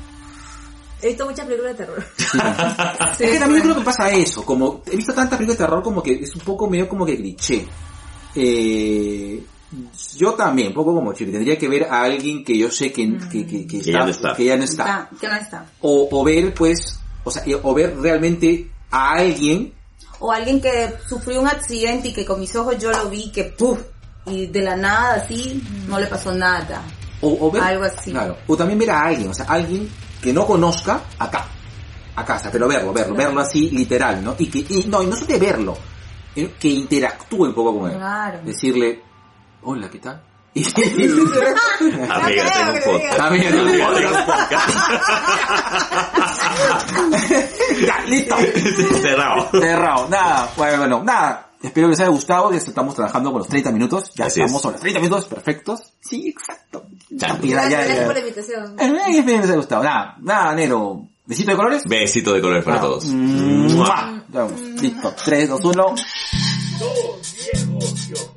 L: He visto muchas películas de terror. <laughs>
B: es que también yo creo que pasa eso, como he visto tantas películas de terror como que es un poco medio como que cliché. Eh, yo también, un poco como chico, tendría que ver a alguien que yo sé que, que, que, que
C: Que ya no está.
B: que ya no está.
K: Está, que Mm. no está.
B: O, o ver pues, o sea, o ver realmente a alguien,
K: O alguien que sufrió un accidente y que con mis ojos yo lo vi que ¡puf! Y de la nada así, no le pasó nada.
B: o, o ver,
K: Algo así.
B: claro, o también ver a alguien, o sea, alguien que no conozca acá, a casa, pero verlo, verlo, verlo así literal, ¿no? Y que, y, no, y no solo de verlo, eh, que interactúe un poco con él.
K: Claro.
B: decirle, hola, ¿qué tal?
C: <laughs>
B: Y- <laughs>
C: Amiga, tengo un podcast.
B: También, ¿no?
C: Tengo <laughs> un podcast.
B: ya, listo.
C: Cerrado.
B: Cerrado, nada, bueno, bueno, nada. Espero que les haya gustado, que estamos trabajando con los 30 minutos. Ya
C: Así
B: estamos
C: es.
B: sobre los 30 minutos perfectos. Sí, exacto.
C: Ya.
B: Ya, ya,
L: Gracias
B: ya.
L: por la invitación.
B: Eh, Espero que les haya gustado. Nada, nada, Nero. Besito de colores.
C: Besito de colores para
B: Ah,
C: todos. Mm.
B: ¡mua! Ya, Listo. 3, 2, 1.
N: Dos viejos yo